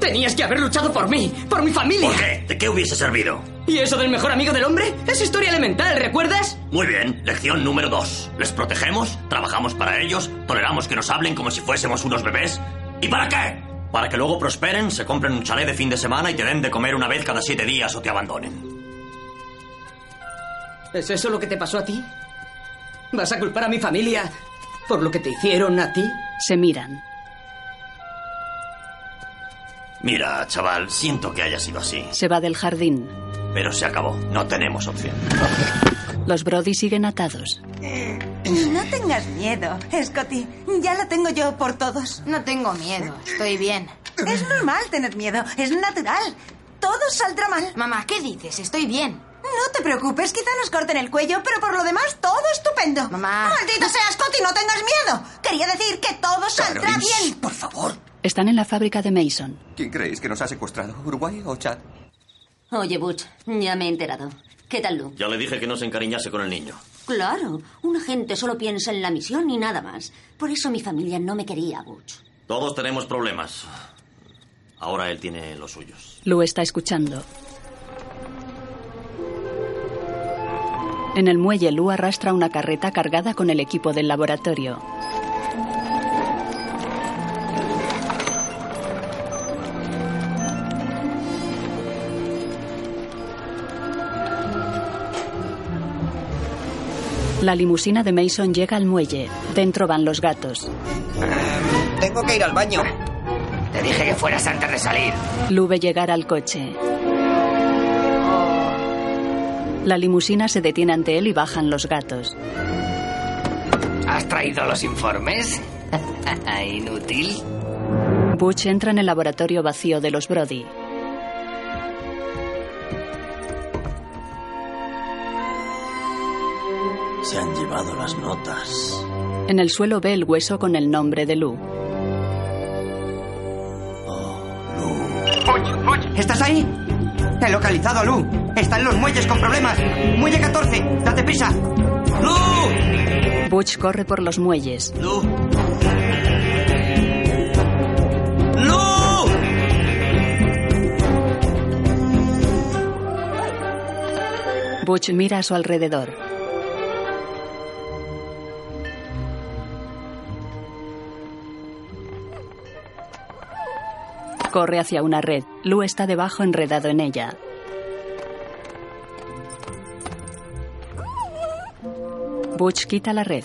Speaker 11: Tenías que haber luchado por mí, por mi familia.
Speaker 7: ¿Por qué? ¿De qué hubiese servido?
Speaker 11: ¿Y eso del mejor amigo del hombre? Es historia elemental, ¿recuerdas?
Speaker 7: Muy bien, lección número dos. Les protegemos, trabajamos para ellos, toleramos que nos hablen como si fuésemos unos bebés. ¿Y para qué? Para que luego prosperen, se compren un chalet de fin de semana y te den de comer una vez cada siete días o te abandonen.
Speaker 11: ¿Es eso lo que te pasó a ti? ¿Vas a culpar a mi familia por lo que te hicieron a ti?
Speaker 2: Se miran.
Speaker 7: Mira, chaval, siento que haya sido así,
Speaker 2: Se va del jardín.
Speaker 7: pero se acabó. No tenemos opción.
Speaker 2: Los Brody siguen atados.
Speaker 4: No tengas miedo, Scotty. Ya lo tengo yo por todos. No tengo miedo, estoy bien. Es normal tener miedo, es natural. Todo saldrá mal. Mamá, ¿qué dices? Estoy bien. No te preocupes, quizá nos corten el cuello, pero por lo demás todo estupendo. Mamá. Maldito sea, Scotty, no tengas miedo. Quería decir que todo saldrá bien. Por favor.
Speaker 2: Están en la fábrica de Mason.
Speaker 34: ¿Quién creéis que nos ha secuestrado? ¿Uruguay o Chad?
Speaker 19: Oye, Butch, ya me he enterado. ¿Qué tal, Lu?
Speaker 7: Ya le dije que no se encariñase con el niño.
Speaker 19: Claro, un agente solo piensa en la misión y nada más. Por eso mi familia no me quería, Butch.
Speaker 7: Todos tenemos problemas. Ahora él tiene los suyos.
Speaker 2: Lou está escuchando. En el muelle, Lou arrastra una carreta cargada con el equipo del laboratorio. La limusina de Mason llega al muelle. Dentro van los gatos.
Speaker 17: Tengo que ir al baño.
Speaker 35: Te dije que fueras antes de salir.
Speaker 2: Lou ve llegar al coche. La limusina se detiene ante él y bajan los gatos.
Speaker 35: ¿Has traído los informes? Inútil.
Speaker 2: Butch entra en el laboratorio vacío de los Brody.
Speaker 7: Se han llevado las notas.
Speaker 2: En el suelo ve el hueso con el nombre de Lou.
Speaker 17: ¿Estás ahí? He localizado a Lu. Está en los muelles con problemas. Muelle 14, date prisa.
Speaker 2: Butch corre por los muelles.
Speaker 7: ¡No!
Speaker 2: Butch mira a su alrededor. Corre hacia una red. Lou está debajo enredado en ella. Butch quita la red.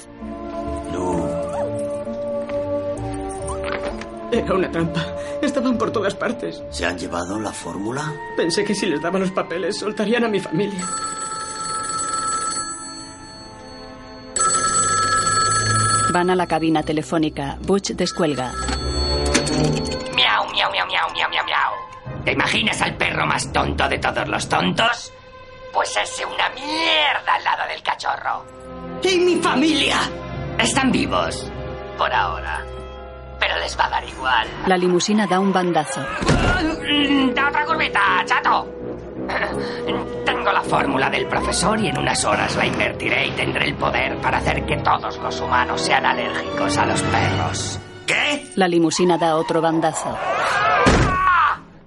Speaker 11: Era una trampa. Estaban por todas partes.
Speaker 7: ¿Se han llevado la fórmula?
Speaker 11: Pensé que si les daba los papeles soltarían a mi familia.
Speaker 2: Van a la cabina telefónica. Butch descuelga.
Speaker 13: Miau, miau, miau, miau, miau, miau, miau. ¿Te imaginas al perro más tonto de todos los tontos? Pues es una mierda al lado del cachorro.
Speaker 11: ¡Y mi familia!
Speaker 13: Están vivos. Por ahora. Pero les va a dar igual.
Speaker 2: La limusina da un bandazo.
Speaker 13: Mm, Da otra curvita, chato. Tengo la fórmula del profesor y en unas horas la invertiré y tendré el poder para hacer que todos los humanos sean alérgicos a los perros. ¿Qué?
Speaker 2: La limusina da otro bandazo.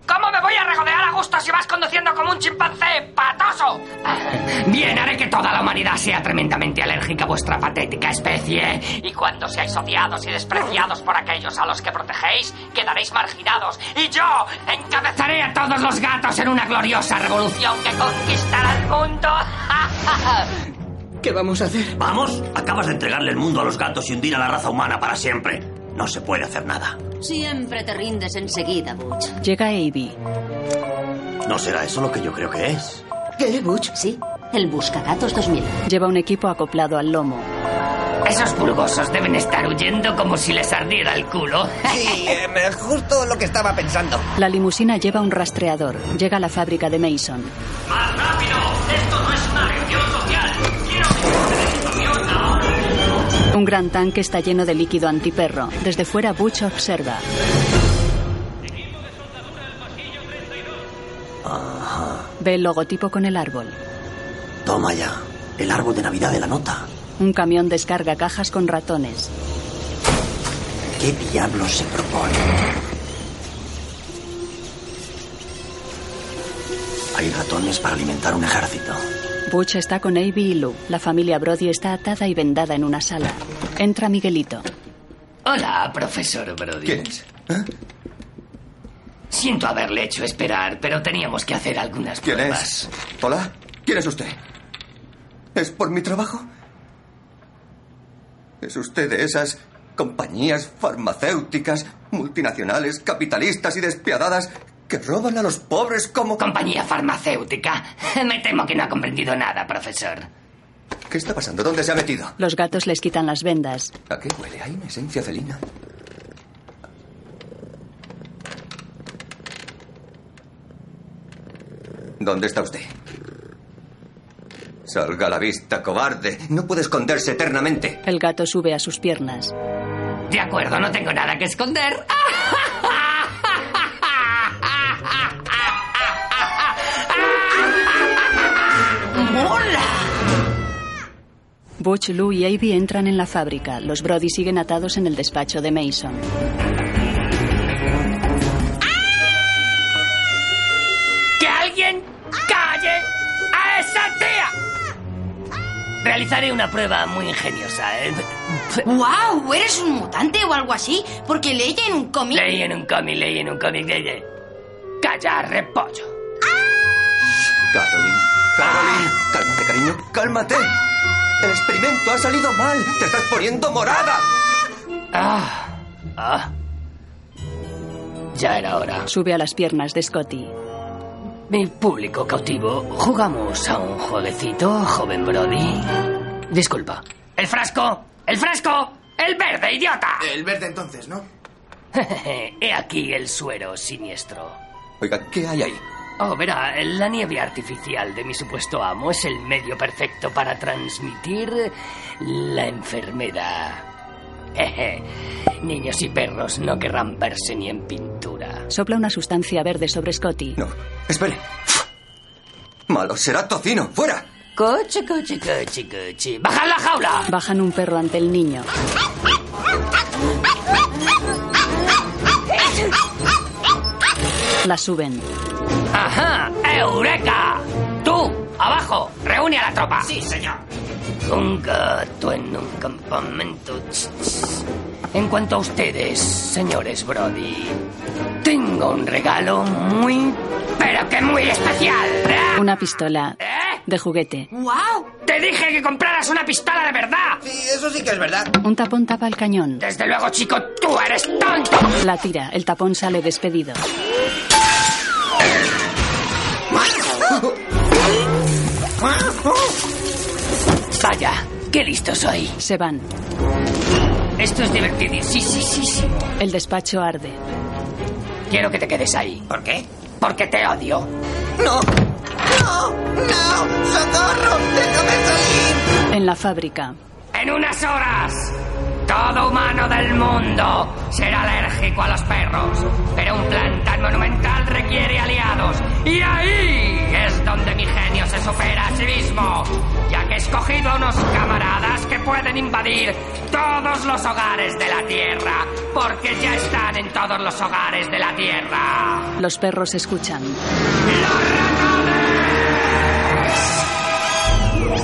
Speaker 13: ¿Cómo me voy a regodear a gusto si vas conduciendo como un chimpancé patoso? Bien, haré que toda la humanidad sea tremendamente alérgica a vuestra patética especie. Y cuando seáis odiados y despreciados por aquellos a los que protegéis, quedaréis marginados. Y yo encabezaré a todos los gatos en una gloriosa revolución que conquistará el mundo. Ah,
Speaker 7: ¿Qué vamos a hacer? ¿Vamos? Acabas de entregarle el mundo a los gatos y hundir a la raza humana para siempre. No se puede hacer nada.
Speaker 19: Siempre te rindes enseguida, Butch.
Speaker 2: Llega Avi.
Speaker 7: ¿No será eso lo que yo creo que es?
Speaker 19: ¿Qué, Butch? Sí, el Buscagatos 2000.
Speaker 2: Lleva un equipo acoplado al lomo.
Speaker 13: Esos burgosos deben estar huyendo como si les ardiera el culo.
Speaker 30: Sí, em, eh, justo lo que estaba pensando.
Speaker 2: La limusina lleva un rastreador. Llega a la fábrica de Mason. Un gran tanque está lleno de líquido antiperro. Desde fuera, Butch observa. Ve el logotipo con el árbol.
Speaker 7: Toma ya. El árbol de Navidad de la nota.
Speaker 2: Un camión descarga cajas con ratones.
Speaker 7: ¿Qué diablos se propone? Hay ratones para alimentar un ejército.
Speaker 2: Butch está con Avi y Lou. La familia Brody está atada y vendada en una sala. Entra Miguelito.
Speaker 13: Hola, profesor Brody.
Speaker 6: ¿Quién es? ¿Eh?
Speaker 13: Siento haberle hecho esperar, pero teníamos que hacer algunas
Speaker 6: ¿Quién
Speaker 13: pruebas.
Speaker 6: es? ¿Hola? ¿Quién es usted? ¿Es por mi trabajo? ¿Es usted de esas compañías farmacéuticas, multinacionales, capitalistas y despiadadas que roban a los pobres como...
Speaker 13: Compañía farmacéutica. Me temo que no ha comprendido nada, profesor.
Speaker 6: ¿Qué está pasando? ¿Dónde se ha metido?
Speaker 2: Los gatos les quitan las vendas.
Speaker 6: ¿A qué huele? Hay una esencia felina. ¿Dónde está usted? Salga a la vista, cobarde. No puede esconderse eternamente.
Speaker 2: El gato sube a sus piernas.
Speaker 13: De acuerdo, no tengo nada que esconder.
Speaker 2: Butch, Lou y Avi entran en la fábrica. Los Brody siguen atados en el despacho de Mason.
Speaker 13: ¡Que alguien calle a esa tía! Realizaré una prueba muy ingeniosa. ¿eh?
Speaker 20: ¡Wow! ¿Eres un mutante o algo así? Porque leí en un cómic.
Speaker 13: Leí en un cómic, leí en un cómic. leí en- Calla, repollo.
Speaker 6: Caroline, Caroline, cálmate, cariño, cálmate. El experimento ha salido mal. Te estás poniendo morada.
Speaker 13: Ah, ah. Ya era hora.
Speaker 2: Sube a las piernas de Scotty.
Speaker 13: Mi público cautivo, jugamos a un jueguecito, joven Brody. Disculpa. ¡El frasco! ¡El frasco! ¡El verde, idiota!
Speaker 17: El verde entonces, ¿no?
Speaker 13: He aquí el suero siniestro.
Speaker 6: Oiga, ¿qué hay ahí?
Speaker 13: Oh, verá, la nieve artificial de mi supuesto amo es el medio perfecto para transmitir la enfermedad. Jeje. Niños y perros no querrán verse ni en pintura.
Speaker 2: Sopla una sustancia verde sobre Scotty.
Speaker 6: Espere. Malo, será tocino. ¡Fuera!
Speaker 13: Coche, coche, coche, coche. ¡Baja la jaula!
Speaker 2: Bajan un perro ante el niño. La suben.
Speaker 13: ¡Ajá! ¡Eureka! ¡Tú! ¡Abajo! ¡Reúne a la tropa! Sí, señor. Un gato en un campamento. Ch, ch. En cuanto a ustedes, señores Brody, tengo un regalo muy, pero que muy especial.
Speaker 2: Una pistola
Speaker 13: ¿Eh?
Speaker 2: de juguete.
Speaker 13: ¡Wow! ¡Te dije que compraras una pistola de verdad! Sí, eso sí que es verdad.
Speaker 2: Un tapón tapa el cañón.
Speaker 13: Desde luego, chico, tú eres tonto.
Speaker 2: La tira. El tapón sale despedido.
Speaker 13: Vaya, qué listo soy.
Speaker 2: Se van.
Speaker 13: Esto es divertido. Sí, sí, sí, sí.
Speaker 2: El despacho arde.
Speaker 13: Quiero que te quedes ahí. ¿Por qué? Porque te odio.
Speaker 17: ¡No! ¡No! ¡No! ¡Socorro! ¡Déjame salir!
Speaker 2: En la fábrica,
Speaker 13: En unas horas, todo humano del mundo será alérgico a los perros. Pero un plan tan monumental requiere aliados. Y ahí es donde mi genio se supera a sí mismo. Ya que he escogido a unos camaradas que pueden invadir todos los hogares de la Tierra. Porque ya están en todos los hogares de la Tierra.
Speaker 2: los perros escuchan.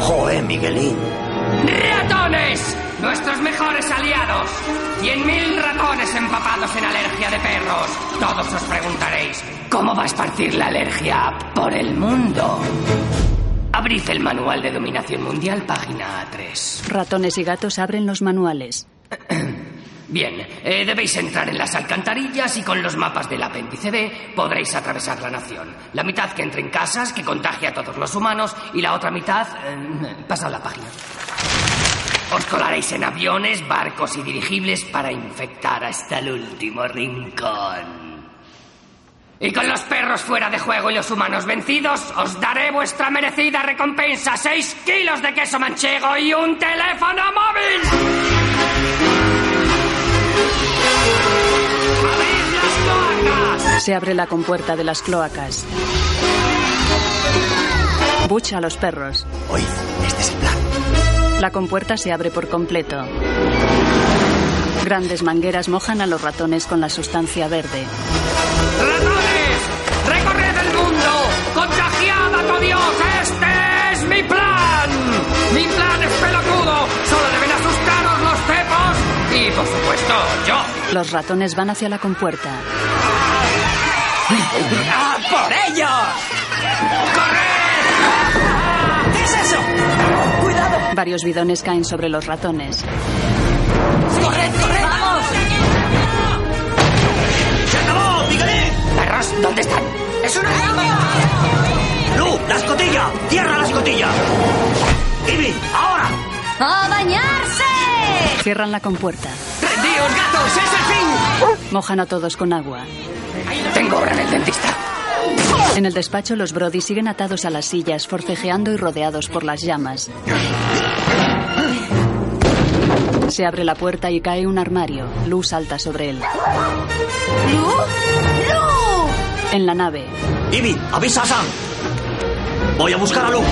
Speaker 30: Joder, Miguelín.
Speaker 13: ¡Ratones! Nuestros mejores aliados. Cien mil ratones empapados en alergia de perros. Todos os preguntaréis, ¿cómo va a esparcir la alergia por el mundo? Abrid el manual de dominación mundial, página 3.
Speaker 2: Ratones y gatos abren los manuales.
Speaker 13: Bien, eh, debéis entrar en las alcantarillas y con los mapas del apéndice B podréis atravesar la nación. La mitad que entre en casas, que contagie a todos los humanos, y la otra mitad... eh, pasad la página. Os colaréis en aviones, barcos y dirigibles para infectar hasta el último rincón. Y con los perros fuera de juego y los humanos vencidos, os daré vuestra merecida recompensa. Seis kilos de queso manchego y un teléfono móvil.
Speaker 2: Se abre la compuerta de las cloacas. Bucha a los perros.
Speaker 17: Oíd, este es el plan.
Speaker 2: La compuerta se abre por completo. Grandes mangueras mojan a los ratones con la sustancia verde.
Speaker 13: ¡Recorred el mundo! ¡Contagiad a tu Dios! ¡Este es mi plan! ¡Mi plan es pelotudo! ¡Solo deben asustaros los cepos! Y, por supuesto, yo.
Speaker 2: Los ratones van hacia la compuerta.
Speaker 17: ¡Ah, por ellos! ¡Corred! ¿Qué es eso? ¡Cuidado!
Speaker 2: Varios bidones caen sobre los ratones.
Speaker 17: Eh. ¡Corred, corred! ¡Vamos! ¡Se acabó, Miguelín!
Speaker 13: Perros, ¿dónde están?
Speaker 17: ¡Es una trampa! ¡Lu, la escotilla! ¡Cierra la escotilla! ¡Ibi, ahora!
Speaker 19: ¡A bañarse!
Speaker 2: Cierran la compuerta.
Speaker 13: ¡Rendíos, gatos! ¡Es el fin!
Speaker 2: Mojan a todos con agua.
Speaker 13: Tengo obra en el dentista.
Speaker 2: En el despacho, los Brody siguen atados a las sillas, forcejeando y rodeados por las llamas. Se abre la puerta y cae un armario. Lou salta sobre él.
Speaker 17: ¡Lu! ¡Lu!
Speaker 2: En la nave,
Speaker 30: Ibi, avisa a Sam. Voy a buscar a Lu.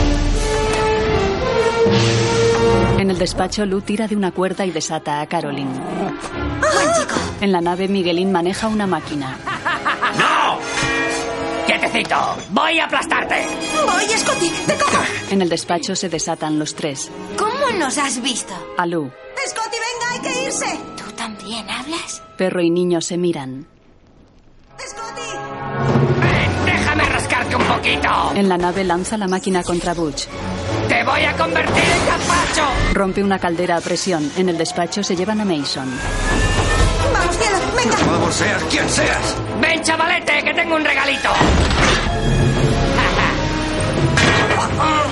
Speaker 2: en el despacho, Lou tira de una cuerda y desata a Caroline. En la nave, Miguelín maneja una máquina.
Speaker 13: ¡No! ¡Quietecito! ¡Voy a aplastarte!
Speaker 2: ¡Voy, Scotty! ¡Te cojo! En el despacho se desatan los tres.
Speaker 21: ¿Cómo nos has visto?
Speaker 2: A Lou,
Speaker 21: Scotty, venga, hay que irse. ¿Tú también hablas?
Speaker 2: perro y niño se miran.
Speaker 13: ¡Déjame rascarte un poquito!
Speaker 2: En la nave lanza la máquina contra Butch.
Speaker 13: ¡Te voy a convertir en gazpacho!
Speaker 2: Rompe una caldera a presión. En el despacho se llevan a Mason.
Speaker 13: ¡Vamos, cielo! ¡Venga!
Speaker 3: Vamos, seas quien seas.
Speaker 13: ¡Ven, chavalete, que tengo un regalito!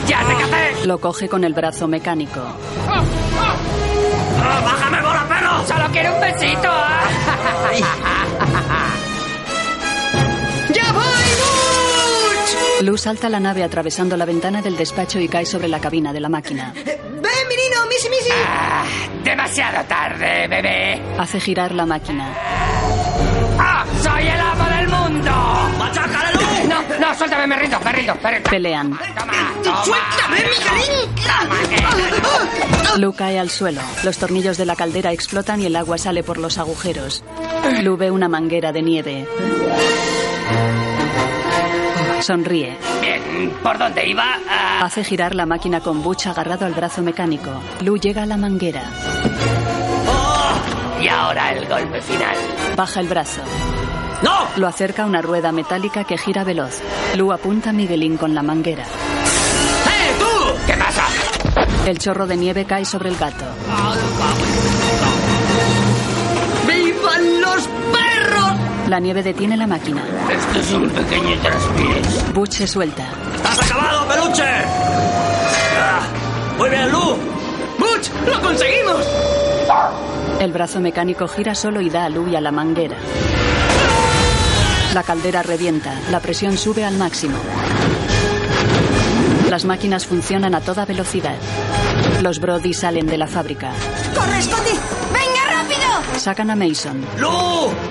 Speaker 13: ¡Ya te cacé!
Speaker 2: Lo coge con el brazo mecánico.
Speaker 13: ¡Bájame, bola, perro! ¡Solo quiero un besito! ¿eh? ¿ah? ¡Ya voy,
Speaker 2: Lou salta la nave atravesando la ventana del despacho y cae sobre la cabina de la máquina.
Speaker 13: ¡Ven, menino! ¡Missy, missy! Ah, demasiado tarde, bebé.
Speaker 2: Hace girar la máquina.
Speaker 13: ¡Ah! ¡Soy el amo del mundo! ¡Machácalo! No, no, suéltame, me rindo, me rindo, me rindo.
Speaker 2: Pelean.
Speaker 13: ¡Suéltame, Miguelín!
Speaker 2: Lou cae al suelo. Los tornillos de la caldera explotan y el agua sale por los agujeros. Lou ve una manguera de nieve. Sonríe.
Speaker 13: Bien, ¿por dónde iba? Ah,
Speaker 2: Hace girar la máquina con Butch agarrado al brazo mecánico. Lou llega a la manguera.
Speaker 13: y ahora el golpe final.
Speaker 2: Baja el brazo. ¡No! Lo acerca a una rueda metálica que gira veloz. Lou apunta a Miguelín con la manguera.
Speaker 13: ¡Eh, tú! ¿Qué pasa?
Speaker 2: El chorro de nieve cae sobre el gato.
Speaker 13: ¡Vivan los perros!
Speaker 2: La nieve detiene la máquina.
Speaker 13: Esto es un pequeño traspiés.
Speaker 2: Butch se suelta.
Speaker 30: ¡Has acabado, peluche! Ah, muy bien, Lu.
Speaker 13: ¡Butch! ¡Lo conseguimos!
Speaker 2: El brazo mecánico gira solo y da a Louie a la manguera. La caldera revienta, la presión sube al máximo. Las máquinas funcionan a toda velocidad. Los Brody salen de la fábrica.
Speaker 5: ¡Corre, Scotty! ¡Venga, rápido!
Speaker 2: Sacan a Mason.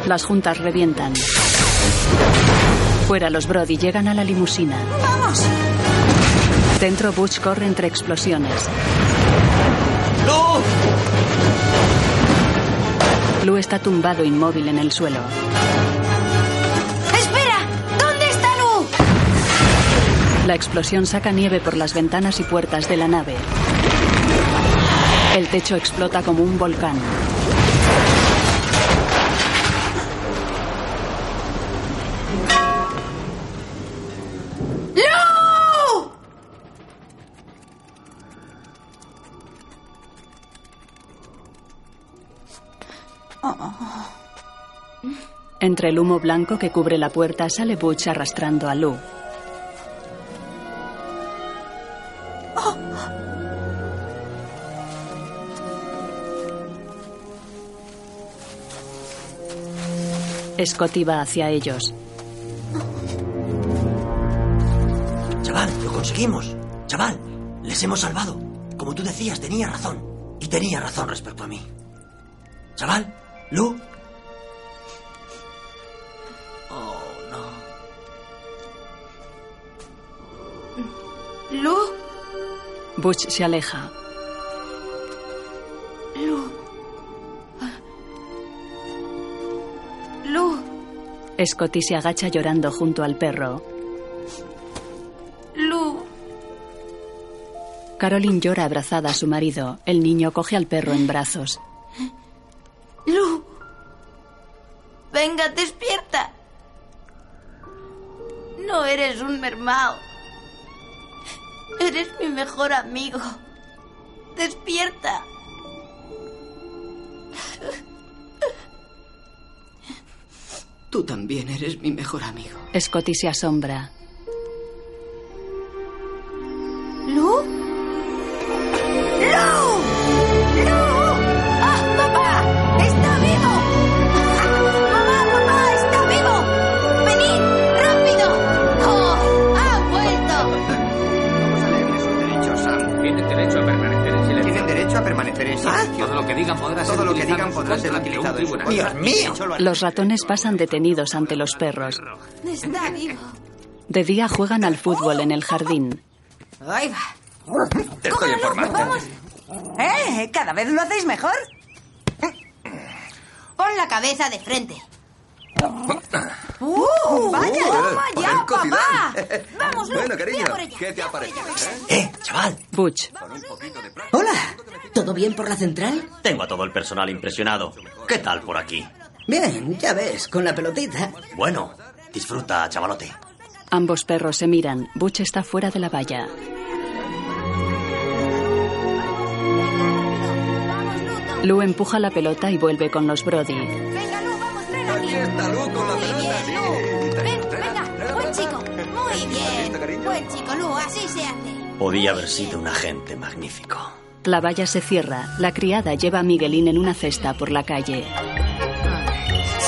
Speaker 2: Las juntas revientan. Fuera los Brody llegan a la limusina.
Speaker 5: ¡Vamos!
Speaker 2: Dentro Butch corre entre explosiones.
Speaker 5: ¡No!
Speaker 2: Lou está tumbado inmóvil en el suelo.
Speaker 5: ¡Espera! ¿Dónde está Lu?
Speaker 2: La explosión saca nieve por las ventanas y puertas de la nave. El techo explota como un volcán.
Speaker 5: ¡Lu! Oh,
Speaker 2: Entre el humo blanco que cubre la puerta sale Butch arrastrando a Lou. Scotty va hacia ellos.
Speaker 17: Chaval, lo conseguimos. Chaval, les hemos salvado. Como tú decías, tenía razón. Y tenía razón respecto a mí. Chaval, Lu. Oh, no.
Speaker 4: Lu,
Speaker 2: Butch se aleja.
Speaker 4: Lu. Lu,
Speaker 2: Scotty se agacha llorando junto al perro.
Speaker 4: Lu.
Speaker 2: Caroline llora abrazada a su marido. El niño coge al perro en brazos.
Speaker 4: Lu. Venga, despierta. No eres un mermao. Eres mi mejor amigo. Despierta.
Speaker 11: Tú también eres mi mejor amigo.
Speaker 2: Scotty se asombra.
Speaker 4: ¿Lu?
Speaker 5: ¡Lu! ¡Lu! ¡Ah, papá! ¡Está vivo! ¡Mamá, papá! ¡Está vivo! ¡Venid! ¡Rápido! ¡Oh! ¡Ha vuelto!
Speaker 8: Tienen derecho a permanecer en silencio.
Speaker 6: Tienen derecho a permanecer en
Speaker 17: Ah.
Speaker 6: silencio.
Speaker 8: Todo lo que digan podrá ser
Speaker 6: Todo lo que
Speaker 8: utilizado
Speaker 6: digan
Speaker 8: en su
Speaker 6: podrá ser
Speaker 8: contra ante
Speaker 6: utilizado
Speaker 8: un
Speaker 6: en su
Speaker 8: tribunal.
Speaker 6: contra. ¡Dios mío!
Speaker 2: Los ratones pasan detenidos ante los perros.
Speaker 4: Está vivo.
Speaker 2: De día juegan al fútbol en el jardín.
Speaker 36: Ahí va.
Speaker 6: Te estoy informando.
Speaker 36: Vamos. Eh, cada vez lo hacéis mejor.
Speaker 4: Pon la cabeza de frente.
Speaker 36: ¡Uh! ¡Vaya!
Speaker 6: toma
Speaker 36: ya,
Speaker 6: papá!
Speaker 4: Vamos, Lu.
Speaker 6: Oh. Bueno, cariño,
Speaker 4: voy a por ella.
Speaker 6: ¿qué te ha parecido?
Speaker 17: ¡Eh, chaval!
Speaker 2: Butch.
Speaker 17: ¡Hola! ¿Todo bien por la central?
Speaker 7: Tengo a todo el personal impresionado. ¿Qué tal por aquí?
Speaker 17: Bien, ya ves, con la pelotita.
Speaker 7: Bueno, disfruta, chavalote.
Speaker 2: Ambos perros se miran. Butch está fuera de la valla. Lou empuja la pelota y vuelve con los Brody.
Speaker 6: Aquí está Lu con la pelota. sí.
Speaker 4: Ven, venga, buen chico. Muy bien. Buen chico, Lu, así se hace.
Speaker 7: Podía haber sido un agente magnífico.
Speaker 2: La valla se cierra. La criada lleva a Miguelín en una cesta por la calle.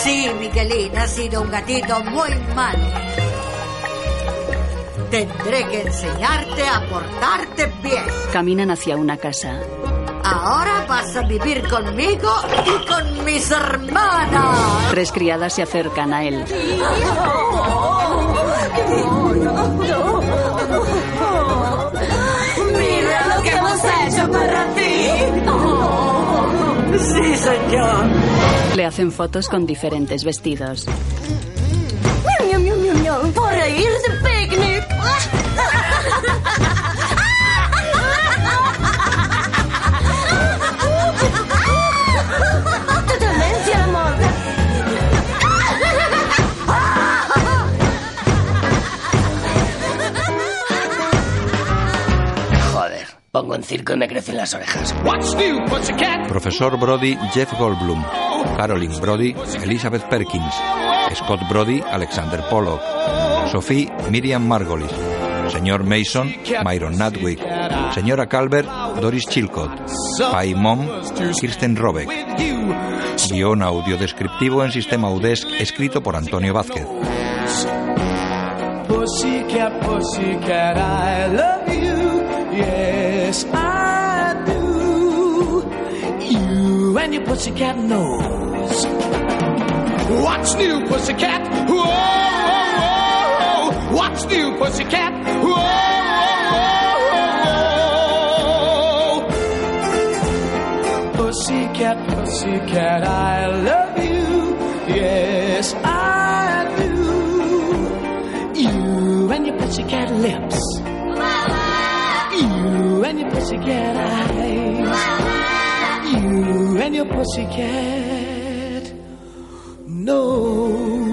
Speaker 18: Sí, Miguelín, ha sido un gatito muy malo. Tendré que enseñarte a portarte bien.
Speaker 2: Caminan hacia una casa.
Speaker 18: Ahora vas a vivir conmigo y con mis hermanas.
Speaker 2: Tres criadas se acercan a él.
Speaker 5: ¡Mira lo que hemos hecho para ti!
Speaker 2: Sí, señor. Le hacen fotos con diferentes vestidos.
Speaker 5: ¡Miau, miau, miau, miau! ¡Por ir de picnic! ¡Tu demencia, amor!
Speaker 13: Joder, pongo en circo y me crecen las orejas.
Speaker 37: What's new, pussycat?
Speaker 1: Profesor Brody Jeff Goldblum, Caroline Brody Elizabeth Perkins, Scott Brody Alexander Pollock, Sophie Miriam Margolis, señor Mason Myron Natwick, señora Calvert Doris Chilcott, Pai Mom Kirsten Robeck, Guión audio descriptivo en sistema UDESC escrito por Antonio Vázquez.
Speaker 5: Pussycat, pussycat, I love you. Yes, I do. You and your pussycat nose. What's new, pussycat? Whoa, whoa, whoa. What's new, pussycat? Whoa, whoa, whoa, whoa. Pussycat, pussycat, I love you. Yes, I do. You and your pussycat lips. You and your pussycat eyes. You and your pussycat nose.